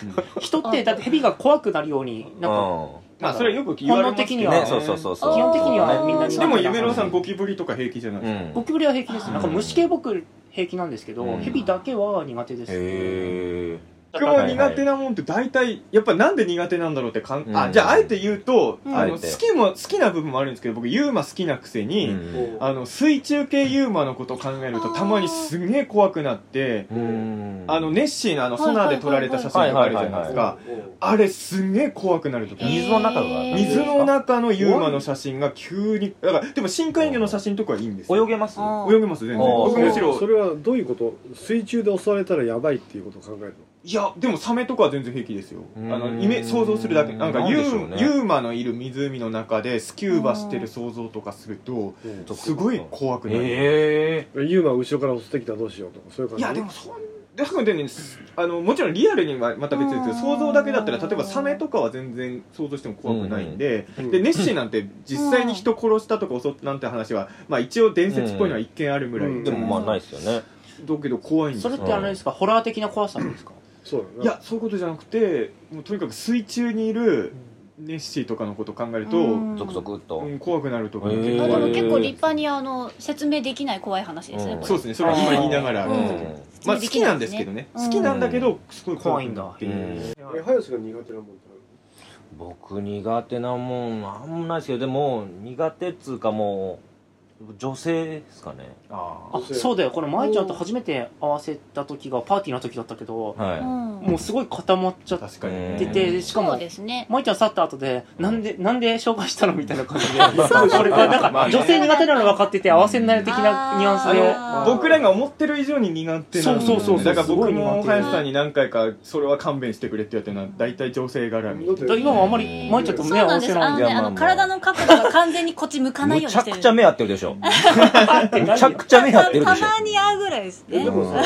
Speaker 3: 人って、だってヘビが怖くなるように、なんか、
Speaker 4: う
Speaker 2: まあそれはよく言われますけど
Speaker 3: 本能的には
Speaker 4: ねそうそうそう
Speaker 3: 基
Speaker 4: そう。
Speaker 3: 本的にはみんな
Speaker 5: あー
Speaker 2: でも
Speaker 3: 苦手
Speaker 2: 夢
Speaker 3: な
Speaker 2: 郎さんゴキブリとか平気じゃないで
Speaker 4: う
Speaker 2: すか
Speaker 4: ん
Speaker 3: ゴ。キブリは平気です。なんか虫系僕平気なんですけど、
Speaker 4: うん
Speaker 3: ヘビだけは苦手です。
Speaker 4: へえ。
Speaker 2: 僕も苦手なもんって大体やっぱなんで苦手なんだろうってかん、
Speaker 4: う
Speaker 2: あ
Speaker 4: ん
Speaker 2: じゃああえて言うと、
Speaker 5: うん
Speaker 2: あ
Speaker 4: あ
Speaker 2: の
Speaker 4: え
Speaker 2: 好
Speaker 4: て
Speaker 2: きも好きな部分もあるんですけど僕ユーマ好きなくせに、
Speaker 4: うん
Speaker 2: あの水中系ユーマのことを考えるとたまにすげえ怖くなって
Speaker 4: うん
Speaker 2: あのネッシーのあのソナーで撮られた写真とかあるじゃないですかあれすげえ怖くなるとき
Speaker 4: 水の中が
Speaker 2: 水の中のユーマの写真が急にだからでも深海魚の写真とかはいいんですよ
Speaker 4: 泳げます？
Speaker 5: あ
Speaker 2: 泳
Speaker 5: ー
Speaker 2: げます全然
Speaker 4: あー
Speaker 2: 僕むしろ
Speaker 1: それはどういうこと水中で襲われたらやばいっていうことを考える
Speaker 2: いやでもサメとかは全然平気ですよあ
Speaker 4: うん
Speaker 2: のイメ想像するだけなんか
Speaker 4: なん
Speaker 2: ユ
Speaker 4: でしょ
Speaker 2: ー
Speaker 4: うね
Speaker 2: ユーマのいる湖の中でスキューバしてる想像とかすると
Speaker 1: の、
Speaker 2: すごい怖くなる
Speaker 4: え
Speaker 1: ユーマが後ろから襲ってきたらどうしようとかそういう感
Speaker 2: い
Speaker 1: じ
Speaker 2: やでもそんだからねすあのもちろんリアルにはまた別ですけ
Speaker 5: う
Speaker 2: ど
Speaker 5: ん
Speaker 2: 想像だけだったら例えばサメとかは全然想像しても怖くないんで、
Speaker 1: うん
Speaker 2: でネッシーなんて実際に人殺したとか襲ったなんて話は、まあ、一応伝説っぽいのは一見あるぐらい、
Speaker 1: うん
Speaker 4: でもまあないですよね。
Speaker 2: だけど怖いんです
Speaker 3: そ
Speaker 2: よ
Speaker 3: れってあれですか、ホラー的な怖さなんですか
Speaker 1: そうだ
Speaker 2: いやそういうことじゃなくてもうとにかく水中にいるネッシーとかのことを考えると、
Speaker 5: うん
Speaker 4: 続々と。
Speaker 2: うん怖くなるとか、
Speaker 4: へー
Speaker 5: あでも
Speaker 2: 怖い
Speaker 5: 結構立派にあの説明できない怖い話ですね
Speaker 4: うん
Speaker 5: これ
Speaker 2: そうですねそれは今言いながら、
Speaker 5: うん
Speaker 2: まあ、好きなんですけどね、
Speaker 5: うん
Speaker 2: 好きなんだけどすごい
Speaker 3: 怖いん
Speaker 2: くな
Speaker 3: だ
Speaker 2: る。
Speaker 4: うんうん
Speaker 1: え林が苦手なもんって
Speaker 4: 僕苦手なもんあんもないですけどでも苦手っつうかもう女性ですかね。
Speaker 2: あー
Speaker 3: あ、そうだよ。これ、舞ちゃんと初めて会わせた時が、パーティーの時だったけど、
Speaker 5: う
Speaker 4: は
Speaker 5: ん
Speaker 3: もうすごい固まっちゃっ
Speaker 2: 確かにね
Speaker 3: てて、しか
Speaker 5: そ
Speaker 3: も
Speaker 5: う、ですね
Speaker 3: 舞ちゃん去った後で、なんで、なんで紹介したのみたいな感じで。
Speaker 5: そう
Speaker 3: これがなん
Speaker 2: まあ
Speaker 3: か、
Speaker 2: ね
Speaker 3: 女性苦手なの分かってて、合わせになる的なニュアンスで。
Speaker 5: あー
Speaker 2: 僕らが思ってる以上に苦手なんで
Speaker 3: そうそうそうそう
Speaker 2: だから僕
Speaker 3: すごい苦
Speaker 2: も
Speaker 3: 手
Speaker 2: 林さんに何回かそれは勘弁してくれって言われてるのは大体女性絡み
Speaker 3: だから今はあんまり、舞ちゃんと
Speaker 5: そう
Speaker 3: 目合
Speaker 5: なん
Speaker 3: わ
Speaker 5: で
Speaker 3: せ
Speaker 5: す
Speaker 3: な
Speaker 5: あ
Speaker 3: いん
Speaker 5: の
Speaker 4: い
Speaker 3: で。
Speaker 5: ね
Speaker 4: やま
Speaker 5: あ
Speaker 4: あまあ
Speaker 5: の体の角度が完全にこっち向か
Speaker 4: い。
Speaker 5: ない
Speaker 4: む
Speaker 5: ように
Speaker 4: ちゃ
Speaker 5: してる
Speaker 4: くちゃ目合ってるで しょ。むちゃくちゃ目合ってるで
Speaker 5: た
Speaker 4: しょ。
Speaker 5: まに会うぐらいですね
Speaker 1: でも
Speaker 4: うん
Speaker 1: さ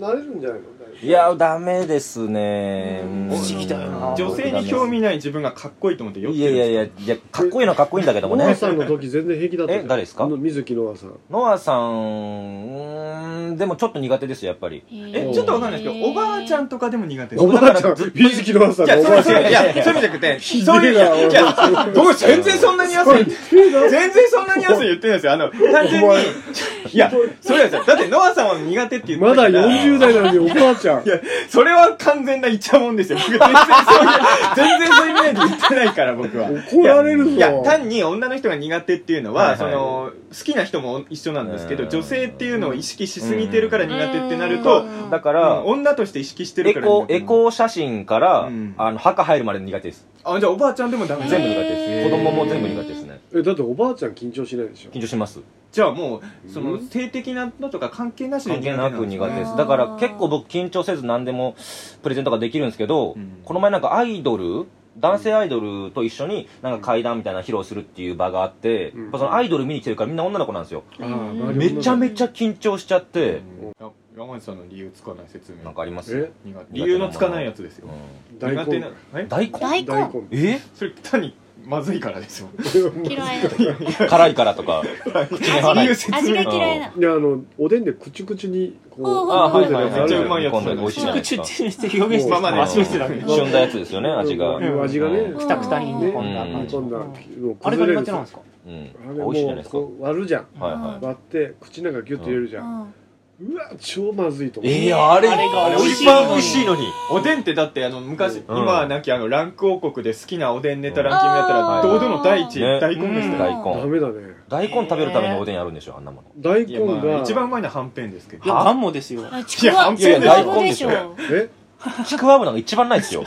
Speaker 1: 慣れるんじゃないの
Speaker 4: いやダメですね。うん
Speaker 3: 不思議だよな
Speaker 2: 女性に興味ない自分がかっこいいと思ってよ
Speaker 4: いやいやいやいやかっこいいのはかっこいいんだけども
Speaker 1: ノア
Speaker 4: ね。
Speaker 1: さんの時全然平気だったじゃん
Speaker 4: え誰ですか
Speaker 1: あの水木ノアさん
Speaker 4: ノアさんうーんでもちょっと苦手ですよやっぱり。
Speaker 2: えちょっとわかんないですけどおばあちゃんとかでも苦手です
Speaker 1: おばあちゃん水木ノアさん
Speaker 2: いや
Speaker 1: のお
Speaker 2: そう
Speaker 1: ば
Speaker 2: いう
Speaker 1: あちゃん
Speaker 2: いやそういう意味じゃなくて
Speaker 1: ひ
Speaker 2: そう
Speaker 1: でえ
Speaker 2: いう
Speaker 1: ない
Speaker 2: や僕全然そんなに安い全然そんなに安い言ってないですよあの単純に
Speaker 1: お前
Speaker 2: いやそうですよだってノアさんは苦手って言って
Speaker 1: ま
Speaker 2: た
Speaker 1: だ
Speaker 2: から
Speaker 1: 40代なのにおばあ ちゃん
Speaker 2: いや、それは完全なイチャモンですよ。僕全然そういう、全然そういう意味で言ってないから、僕は。
Speaker 1: 怒られるぞ
Speaker 2: いや、いや単に女の人が苦手っていうの
Speaker 4: はいは
Speaker 2: は、
Speaker 4: い
Speaker 2: その、好きな人も一緒なんですけ
Speaker 4: う
Speaker 2: ど、
Speaker 4: ん
Speaker 2: 女性っていうのを意識しすぎてるから苦手ってなる
Speaker 5: う
Speaker 2: と
Speaker 5: ん、
Speaker 4: だか
Speaker 2: だから
Speaker 4: ら、
Speaker 2: 女として意識してる
Speaker 4: エ
Speaker 2: から
Speaker 4: コ
Speaker 2: 苦手
Speaker 4: エコー写真から、
Speaker 2: うん
Speaker 4: あの墓入るまで苦手です。
Speaker 2: あ、じゃあおばあちゃんでもダメ
Speaker 4: 全部苦
Speaker 5: へ
Speaker 4: 手
Speaker 5: ー
Speaker 4: です。子供も全部苦手ですね。
Speaker 1: えだっておばあちゃん緊張しないでしょ
Speaker 4: 緊張します。
Speaker 2: じゃあもう、そうの、
Speaker 1: ん
Speaker 2: 性的なのとか関係なしで
Speaker 4: 関
Speaker 2: 苦手
Speaker 4: 係
Speaker 2: な
Speaker 4: なんく
Speaker 2: ですか
Speaker 4: 苦手で
Speaker 5: あ
Speaker 4: す
Speaker 5: ー
Speaker 4: だから結構僕緊張せず何でもプレゼントができるんですけど、
Speaker 2: うん
Speaker 4: この前なんかアイドル男性アイドルと一緒になんか怪談みたいなの披露するっていう場があって、
Speaker 1: うん
Speaker 4: やっぱそのアイドル見に来てるからみんな女の子なんですよ、
Speaker 1: あー
Speaker 5: うん
Speaker 1: 周り
Speaker 4: めちゃめちゃ緊張しちゃって、
Speaker 2: や山内さんの理由つかない説明
Speaker 4: なんかあります、
Speaker 1: え
Speaker 2: 苦手理由のつかないやつですよ
Speaker 4: う
Speaker 1: 大
Speaker 2: 苦手な
Speaker 1: 根
Speaker 2: え
Speaker 4: 大根
Speaker 5: 大根
Speaker 1: 大根
Speaker 4: え
Speaker 2: それ単にまずいからですよ
Speaker 5: 嫌い
Speaker 4: 辛いからとか口に合わない
Speaker 5: 味が味が嫌いな
Speaker 1: であのおでんでくちゅくちゅにこう
Speaker 5: あ
Speaker 4: あ
Speaker 5: は
Speaker 4: はいい
Speaker 5: は
Speaker 4: はいいはい
Speaker 5: はいめっちゃ
Speaker 2: うまいやつ
Speaker 4: 今度美味しいじゃないです
Speaker 3: 口
Speaker 4: か
Speaker 3: 中って表現して
Speaker 2: まあまあね
Speaker 3: 味をしてたけど
Speaker 4: 旬なやつですよね味が、う
Speaker 1: うん味がね
Speaker 5: うん
Speaker 3: くたくたに煮
Speaker 1: ね
Speaker 3: 込んだ
Speaker 4: う
Speaker 3: 感じ
Speaker 1: こんなもう
Speaker 3: あ
Speaker 1: 崩
Speaker 3: れ
Speaker 1: れ
Speaker 3: が苦
Speaker 1: る
Speaker 3: 手なんですか
Speaker 4: ん
Speaker 1: あれ、
Speaker 4: 美
Speaker 1: もう
Speaker 4: 味しいじゃないですか
Speaker 1: こう割るじゃん
Speaker 4: はいは
Speaker 1: 割って口の中ギュッと入れるじゃん、うわ超まずいと
Speaker 4: い
Speaker 1: 思う
Speaker 4: えー、 あれ
Speaker 3: あれが美味しい
Speaker 4: 一番美味しいのに
Speaker 2: おでんってだってあの昔、
Speaker 4: うん
Speaker 2: 今はなきあのランク王国で好きなおでんネタランキングやった
Speaker 4: あ
Speaker 2: ら
Speaker 4: ー
Speaker 2: 堂々の第一、
Speaker 4: ね
Speaker 2: 大根です
Speaker 5: うん
Speaker 2: ね、
Speaker 4: 大
Speaker 1: ダ
Speaker 4: 根
Speaker 1: メだね
Speaker 4: 大根食べるためにおでんやるんでしょあんなもの
Speaker 1: 大
Speaker 2: い
Speaker 1: 根
Speaker 2: やま
Speaker 1: が
Speaker 2: あ一番うまいのははんぺんですけど
Speaker 3: いや何もですよ
Speaker 5: ちく
Speaker 2: い
Speaker 5: わ
Speaker 2: や
Speaker 5: ちくわぶ
Speaker 4: い
Speaker 5: で
Speaker 4: や
Speaker 5: しょ
Speaker 4: いや
Speaker 1: え
Speaker 4: ちくわぶなんか一番ないで すよ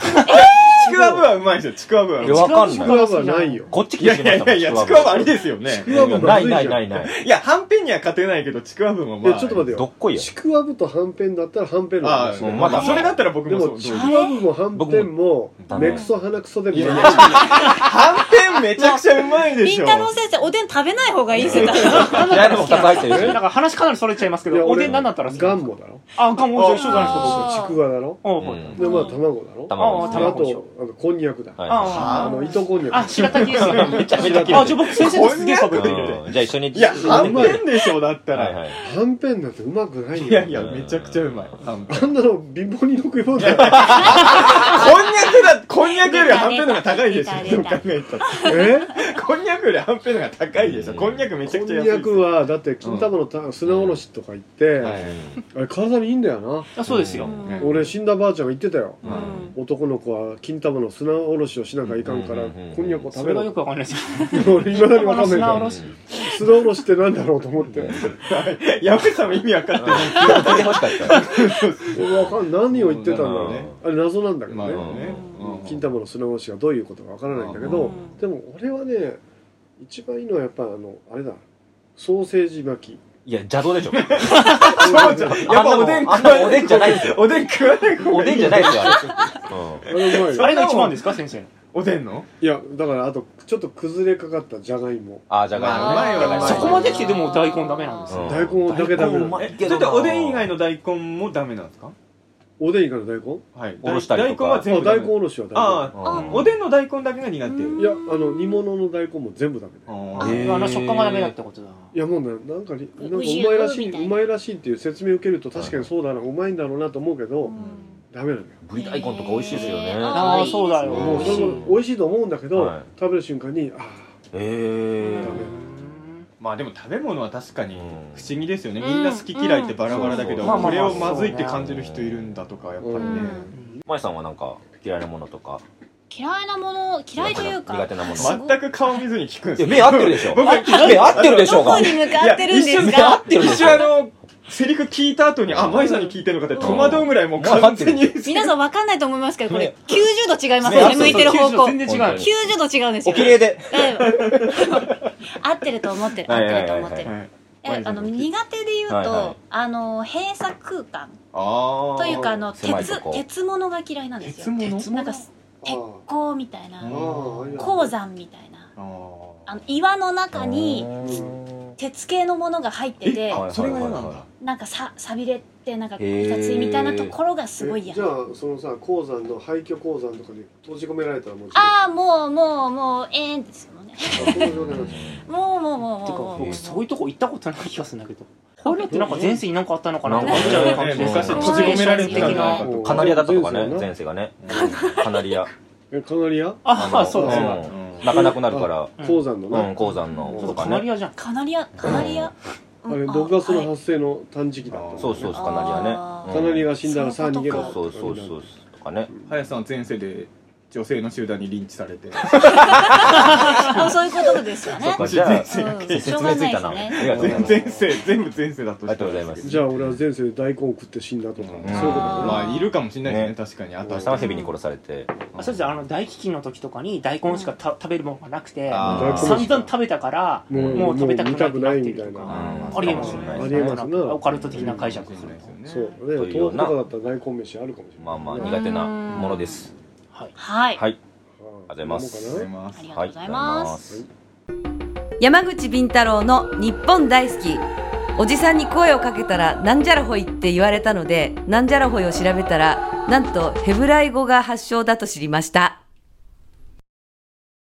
Speaker 2: ちくわぶはうまいですよちくわぶはい
Speaker 4: やわかん
Speaker 1: ち
Speaker 4: な
Speaker 1: く
Speaker 4: い
Speaker 1: わぶはないよ
Speaker 4: こっち
Speaker 2: い
Speaker 4: 来て
Speaker 2: や
Speaker 4: し
Speaker 2: い
Speaker 4: ま
Speaker 2: や
Speaker 4: っ
Speaker 2: い
Speaker 4: た
Speaker 2: やいやちくわぶあれですよね
Speaker 1: ちくわぶ
Speaker 4: な
Speaker 1: まず
Speaker 4: い
Speaker 1: いじ
Speaker 4: な
Speaker 1: ゃん
Speaker 4: いないない
Speaker 2: いやはんぺんには勝てないけどちくわぶも
Speaker 1: い
Speaker 2: ま
Speaker 1: や
Speaker 2: あ
Speaker 1: ちょっと待って
Speaker 4: ど
Speaker 1: よ
Speaker 4: っこいや
Speaker 1: ちくわぶとはんぺんだったらはんぺんな
Speaker 2: あ
Speaker 1: んです
Speaker 2: あ
Speaker 1: よ
Speaker 4: もうまだ
Speaker 2: それだったら僕
Speaker 1: で
Speaker 2: もそ
Speaker 1: も
Speaker 2: う
Speaker 1: ち
Speaker 2: 同
Speaker 1: く
Speaker 2: 意
Speaker 1: わぶもはんぺんも
Speaker 4: 僕も
Speaker 1: 目くそ鼻くそでも
Speaker 2: いやい
Speaker 1: ない
Speaker 2: やはんぺんめちゃくちゃうまいで
Speaker 5: り
Speaker 2: し
Speaker 5: ん
Speaker 2: ょ
Speaker 5: たろー先生おでん食べない方がいい世代
Speaker 4: 嫌いなの2つ入ってるし
Speaker 3: なんか話かなりそれちゃいますけ
Speaker 1: いや
Speaker 3: ど
Speaker 1: 俺
Speaker 3: おでん何だったら好き
Speaker 1: ガ
Speaker 3: なん
Speaker 1: ン
Speaker 3: です
Speaker 1: も
Speaker 3: か
Speaker 1: だろ
Speaker 3: あガンも一緒じゃないですか僕
Speaker 5: あー
Speaker 1: ちくわだろ
Speaker 3: あ
Speaker 4: う
Speaker 3: ー
Speaker 4: ん
Speaker 1: でまあ卵だろ
Speaker 4: 卵
Speaker 3: あ
Speaker 4: で
Speaker 1: あ
Speaker 3: ー
Speaker 4: すね
Speaker 3: 卵でし
Speaker 1: と
Speaker 3: ょ
Speaker 1: あのこんにゃくだ
Speaker 4: は
Speaker 1: あの糸こんにゃ
Speaker 3: あ
Speaker 1: く
Speaker 3: 白滝ですよめちゃめち
Speaker 1: 嫌い
Speaker 3: ゃあじゃあ僕先生とすげえ食べて
Speaker 4: い
Speaker 3: る
Speaker 4: うんじゃあ一緒に
Speaker 2: いやは
Speaker 1: あ
Speaker 2: んぺんでしょだったら、
Speaker 4: はいはい
Speaker 1: はんぺんなんてうまくないよ
Speaker 2: いやいやめちゃくちゃうまいはんぺん
Speaker 1: あんなの貧乏にの食い物だよ
Speaker 2: こんにゃくだこんにゃくよりはんぺんの方が高いでし
Speaker 5: 出
Speaker 2: ょ
Speaker 5: た
Speaker 2: ど
Speaker 5: 出
Speaker 2: う
Speaker 5: た
Speaker 2: 考えたら
Speaker 1: え
Speaker 2: こんにゃくよりはんぺんの方が高いでしょこんにゃくめちゃ
Speaker 1: こん
Speaker 2: くちゃ安い
Speaker 1: にゃくはだって金玉のた砂おろしとか行って、
Speaker 2: はい
Speaker 1: あれ体にいいんだよな、
Speaker 3: あそうですよ
Speaker 2: うん
Speaker 1: 俺死んだばあちゃんが言ってたよ、
Speaker 5: うん
Speaker 1: 男の子は金玉の砂おろしをしなきゃいかんから、
Speaker 4: うんうんうん
Speaker 1: こんにゃくを食
Speaker 3: そ
Speaker 1: べ
Speaker 3: れ
Speaker 1: ろ
Speaker 3: がよくわかんないですよ
Speaker 1: 俺いまだにわかんない
Speaker 3: 砂
Speaker 1: か
Speaker 3: お
Speaker 1: ら
Speaker 3: ろし
Speaker 1: 砂おろしってなんだろうと思って
Speaker 2: やべさんも意味わかってない
Speaker 4: 聞いてほしかった
Speaker 1: わかん何を言ってたんだろうね
Speaker 2: う
Speaker 1: あれ謎なんだけどね、
Speaker 4: まあね
Speaker 1: うん金玉の砂おろしがどういうことかわからないんだけ
Speaker 5: う
Speaker 1: ど、
Speaker 5: ん
Speaker 1: でも俺はね一番いいのはやっぱあのあれだソーセージ巻き
Speaker 4: いや邪道でしょ
Speaker 2: やっぱおでん
Speaker 4: あんなもんあんなもんおでんじゃないですよ
Speaker 2: おでん食わない方
Speaker 4: お
Speaker 2: がい
Speaker 4: で
Speaker 2: い
Speaker 4: んじゃないですよあ
Speaker 1: あ
Speaker 4: れ
Speaker 1: れうまい
Speaker 3: あ
Speaker 1: よ
Speaker 3: れが一番ですか先生の
Speaker 2: おでんの
Speaker 1: いやだからあとちょっと崩れかかったじゃがいも
Speaker 4: あじゃ
Speaker 2: まあうまいよ
Speaker 4: がいもね
Speaker 2: うまい
Speaker 3: そこまで来てでも大根ダメなんですよ
Speaker 4: うん
Speaker 1: 大根だけだけ
Speaker 4: 大根う
Speaker 1: ど
Speaker 4: まい
Speaker 2: えちょっとおでん以外の大根もダメなんですか
Speaker 1: おでん以外の大根
Speaker 2: はい
Speaker 4: おろしたりとか
Speaker 2: 大根は全
Speaker 1: あ
Speaker 2: 部ダ
Speaker 1: 大
Speaker 2: メ
Speaker 1: 根おろしは大
Speaker 2: あ
Speaker 4: う
Speaker 2: あ
Speaker 4: ん
Speaker 2: おでんの大根だけが苦手
Speaker 1: 根いやあの煮物の大根も全部ダメだよ
Speaker 2: あ
Speaker 3: あ
Speaker 2: ー
Speaker 4: えー
Speaker 3: あの食感がダメだってことだ
Speaker 1: いやもうねなんかりなんかう
Speaker 5: う
Speaker 1: ま
Speaker 5: じ
Speaker 1: いうらし
Speaker 5: みたい
Speaker 1: い
Speaker 5: な
Speaker 1: うまいらしいっていう説明を受けると確かにそうだなうまいんだろうなと思うけどダメなのよ
Speaker 4: ぶり大根とか美味しいですよね
Speaker 5: あ
Speaker 3: あ
Speaker 5: ー
Speaker 3: あそうだよ
Speaker 1: もうそれも美味しいと思うんだけど
Speaker 4: はい
Speaker 1: 食べる瞬間にああ
Speaker 4: ええ
Speaker 1: ダメ
Speaker 2: まあでも食べ物は確かに
Speaker 4: う
Speaker 2: 不
Speaker 4: ん
Speaker 2: 思議ですよね
Speaker 5: うん
Speaker 2: みんな好き嫌いってバラバラだけど
Speaker 3: うんそうそう
Speaker 2: これをまずいって感じる人いるんだとかやっぱりね
Speaker 4: まいさんはなんか嫌いなものとか
Speaker 5: 嫌いなもの嫌いというか
Speaker 4: 苦手なもの
Speaker 5: ま
Speaker 2: 全く顔見ずに聞くんです
Speaker 4: いや目合ってるでしょ
Speaker 2: 僕
Speaker 4: 目合ってるでしょ
Speaker 5: ど
Speaker 4: うが
Speaker 5: こに向かってるんで
Speaker 2: いや一瞬
Speaker 5: す
Speaker 4: 目
Speaker 5: か
Speaker 4: 合ってるで
Speaker 2: 一
Speaker 4: し
Speaker 2: 瞬あ
Speaker 4: ょ
Speaker 2: のセリフ聞いた後にあマイさんに聞いてるのかって戸惑うぐらいもう完全に
Speaker 5: 皆さんわかんないと思いますけど、これ
Speaker 4: ね
Speaker 5: 90度違いますよね、
Speaker 4: ね
Speaker 5: 向いてる方向。
Speaker 3: 全
Speaker 5: 90
Speaker 3: 然違う
Speaker 5: 度違うんです
Speaker 4: お
Speaker 5: よ。
Speaker 4: 綺麗で
Speaker 5: うん 合ってると思ってる、合
Speaker 4: は
Speaker 5: っ
Speaker 4: い
Speaker 5: て
Speaker 4: は
Speaker 5: る
Speaker 4: い
Speaker 5: と
Speaker 4: はいは
Speaker 5: 思っ
Speaker 4: い
Speaker 5: てる。
Speaker 2: はい
Speaker 5: えあの苦手で言うと、
Speaker 4: はいはい
Speaker 5: あの閉鎖空間
Speaker 2: あ
Speaker 5: というかあの
Speaker 4: 狭いと
Speaker 5: 鉄
Speaker 4: こ
Speaker 5: 鉄物が嫌いなんです
Speaker 2: 鉄
Speaker 5: よ。
Speaker 2: 物
Speaker 5: なんか鉄鋼みたい
Speaker 2: うん
Speaker 5: な
Speaker 1: ああいや
Speaker 5: 鉱山みたいな
Speaker 2: あー
Speaker 5: あの岩の中に
Speaker 4: うん
Speaker 5: 鉄系のものが入ってて
Speaker 2: え
Speaker 4: はい
Speaker 2: それが嫌なん
Speaker 4: はい
Speaker 2: だ
Speaker 5: なんかさ錆びれってなんか
Speaker 4: へー
Speaker 5: いかついみたいなところがすごい
Speaker 1: え
Speaker 5: 嫌
Speaker 1: じゃ。あそのさ鉱山の廃墟鉱山とかに閉じ込められたらもう
Speaker 5: ああもうもうもうええんですもんね。
Speaker 1: 自分そういう状態なんですよ
Speaker 5: もうもうもうもう
Speaker 3: てか
Speaker 5: もうもう。
Speaker 3: 僕そういうとこ行ったことない気がするんだけどこういうのってなんか前世になんかあったのかなとか
Speaker 4: な
Speaker 3: 思っ
Speaker 4: んか
Speaker 3: ちゃう感じ
Speaker 4: ね
Speaker 3: で
Speaker 2: 昔
Speaker 3: す
Speaker 2: 閉じ込められてた
Speaker 5: な
Speaker 2: と
Speaker 1: もう
Speaker 4: カナリアだったとかね
Speaker 1: 前世な
Speaker 4: 前世がねカナリア
Speaker 1: えカナリア
Speaker 3: ああそうです
Speaker 4: う
Speaker 3: よ
Speaker 4: ん
Speaker 2: うん
Speaker 4: 泣かなくなるから
Speaker 3: うん
Speaker 1: 鉱山の
Speaker 4: う
Speaker 1: ね
Speaker 4: ん鉱山
Speaker 1: うん
Speaker 4: の
Speaker 3: ちょっ
Speaker 4: と
Speaker 3: とカ
Speaker 4: か
Speaker 3: ナ
Speaker 4: ね
Speaker 3: リアじゃん
Speaker 5: カナリアカナリア。
Speaker 1: あ
Speaker 5: う
Speaker 1: れ
Speaker 5: ん
Speaker 1: 毒ガス
Speaker 5: あ
Speaker 1: の
Speaker 5: はい
Speaker 1: 発生の短時期だった
Speaker 4: そうそうそうカナリア
Speaker 5: あー
Speaker 4: ね
Speaker 1: カナリア
Speaker 4: ア
Speaker 1: が死んだらさあ逃げろ
Speaker 4: そうそうそうそうとかね
Speaker 2: 林さん前世で女性の集団にリンチされて
Speaker 5: あそういうことですよね。
Speaker 4: そうかじゃあ
Speaker 5: うんし
Speaker 4: 説
Speaker 5: ょうが
Speaker 4: 明つ
Speaker 5: な
Speaker 4: い
Speaker 5: いで
Speaker 4: た
Speaker 5: す
Speaker 4: な
Speaker 5: ね。
Speaker 4: ありがとうございます
Speaker 2: 前世全部前世だとしたら
Speaker 4: ありがとうございます
Speaker 1: じゃあ俺は前世で大根を食って死んだとかそういうこ
Speaker 4: うん
Speaker 1: とね
Speaker 2: まあいるかもしれないですね
Speaker 4: ね
Speaker 2: 確かにあ
Speaker 4: お
Speaker 2: と
Speaker 4: 日様蛇に殺されて
Speaker 3: あそうですあの大飢饉の時とかに大根しかた食べるものがなくて
Speaker 2: あ
Speaker 1: ー
Speaker 3: 散々食べたから
Speaker 1: もう
Speaker 3: もう食べたく
Speaker 1: もう見たくな
Speaker 3: ないいって
Speaker 1: み
Speaker 3: い
Speaker 1: た
Speaker 3: う
Speaker 1: い
Speaker 3: と
Speaker 1: な
Speaker 3: か
Speaker 4: うん
Speaker 3: ありえますよね
Speaker 1: ありえますね
Speaker 3: オカルト的な解釈すると
Speaker 1: そう
Speaker 2: ね
Speaker 1: ね
Speaker 4: とい
Speaker 1: 豆
Speaker 4: う
Speaker 1: 腐
Speaker 4: よう
Speaker 1: と
Speaker 4: な
Speaker 1: かだったら大根飯あるかもしれない
Speaker 4: まあまあ苦手なものです
Speaker 3: はい
Speaker 5: はい。
Speaker 4: はい
Speaker 1: ああありがとうございます
Speaker 4: こんなもんかな
Speaker 2: ざいます
Speaker 5: ありがとうございます。
Speaker 1: す
Speaker 7: 山口敏太郎の日本大好きおじさんに声をかけたらなんじゃらほいって言われたのでなんじゃらほいを調べたらなんとヘブライ語が発祥だと知りました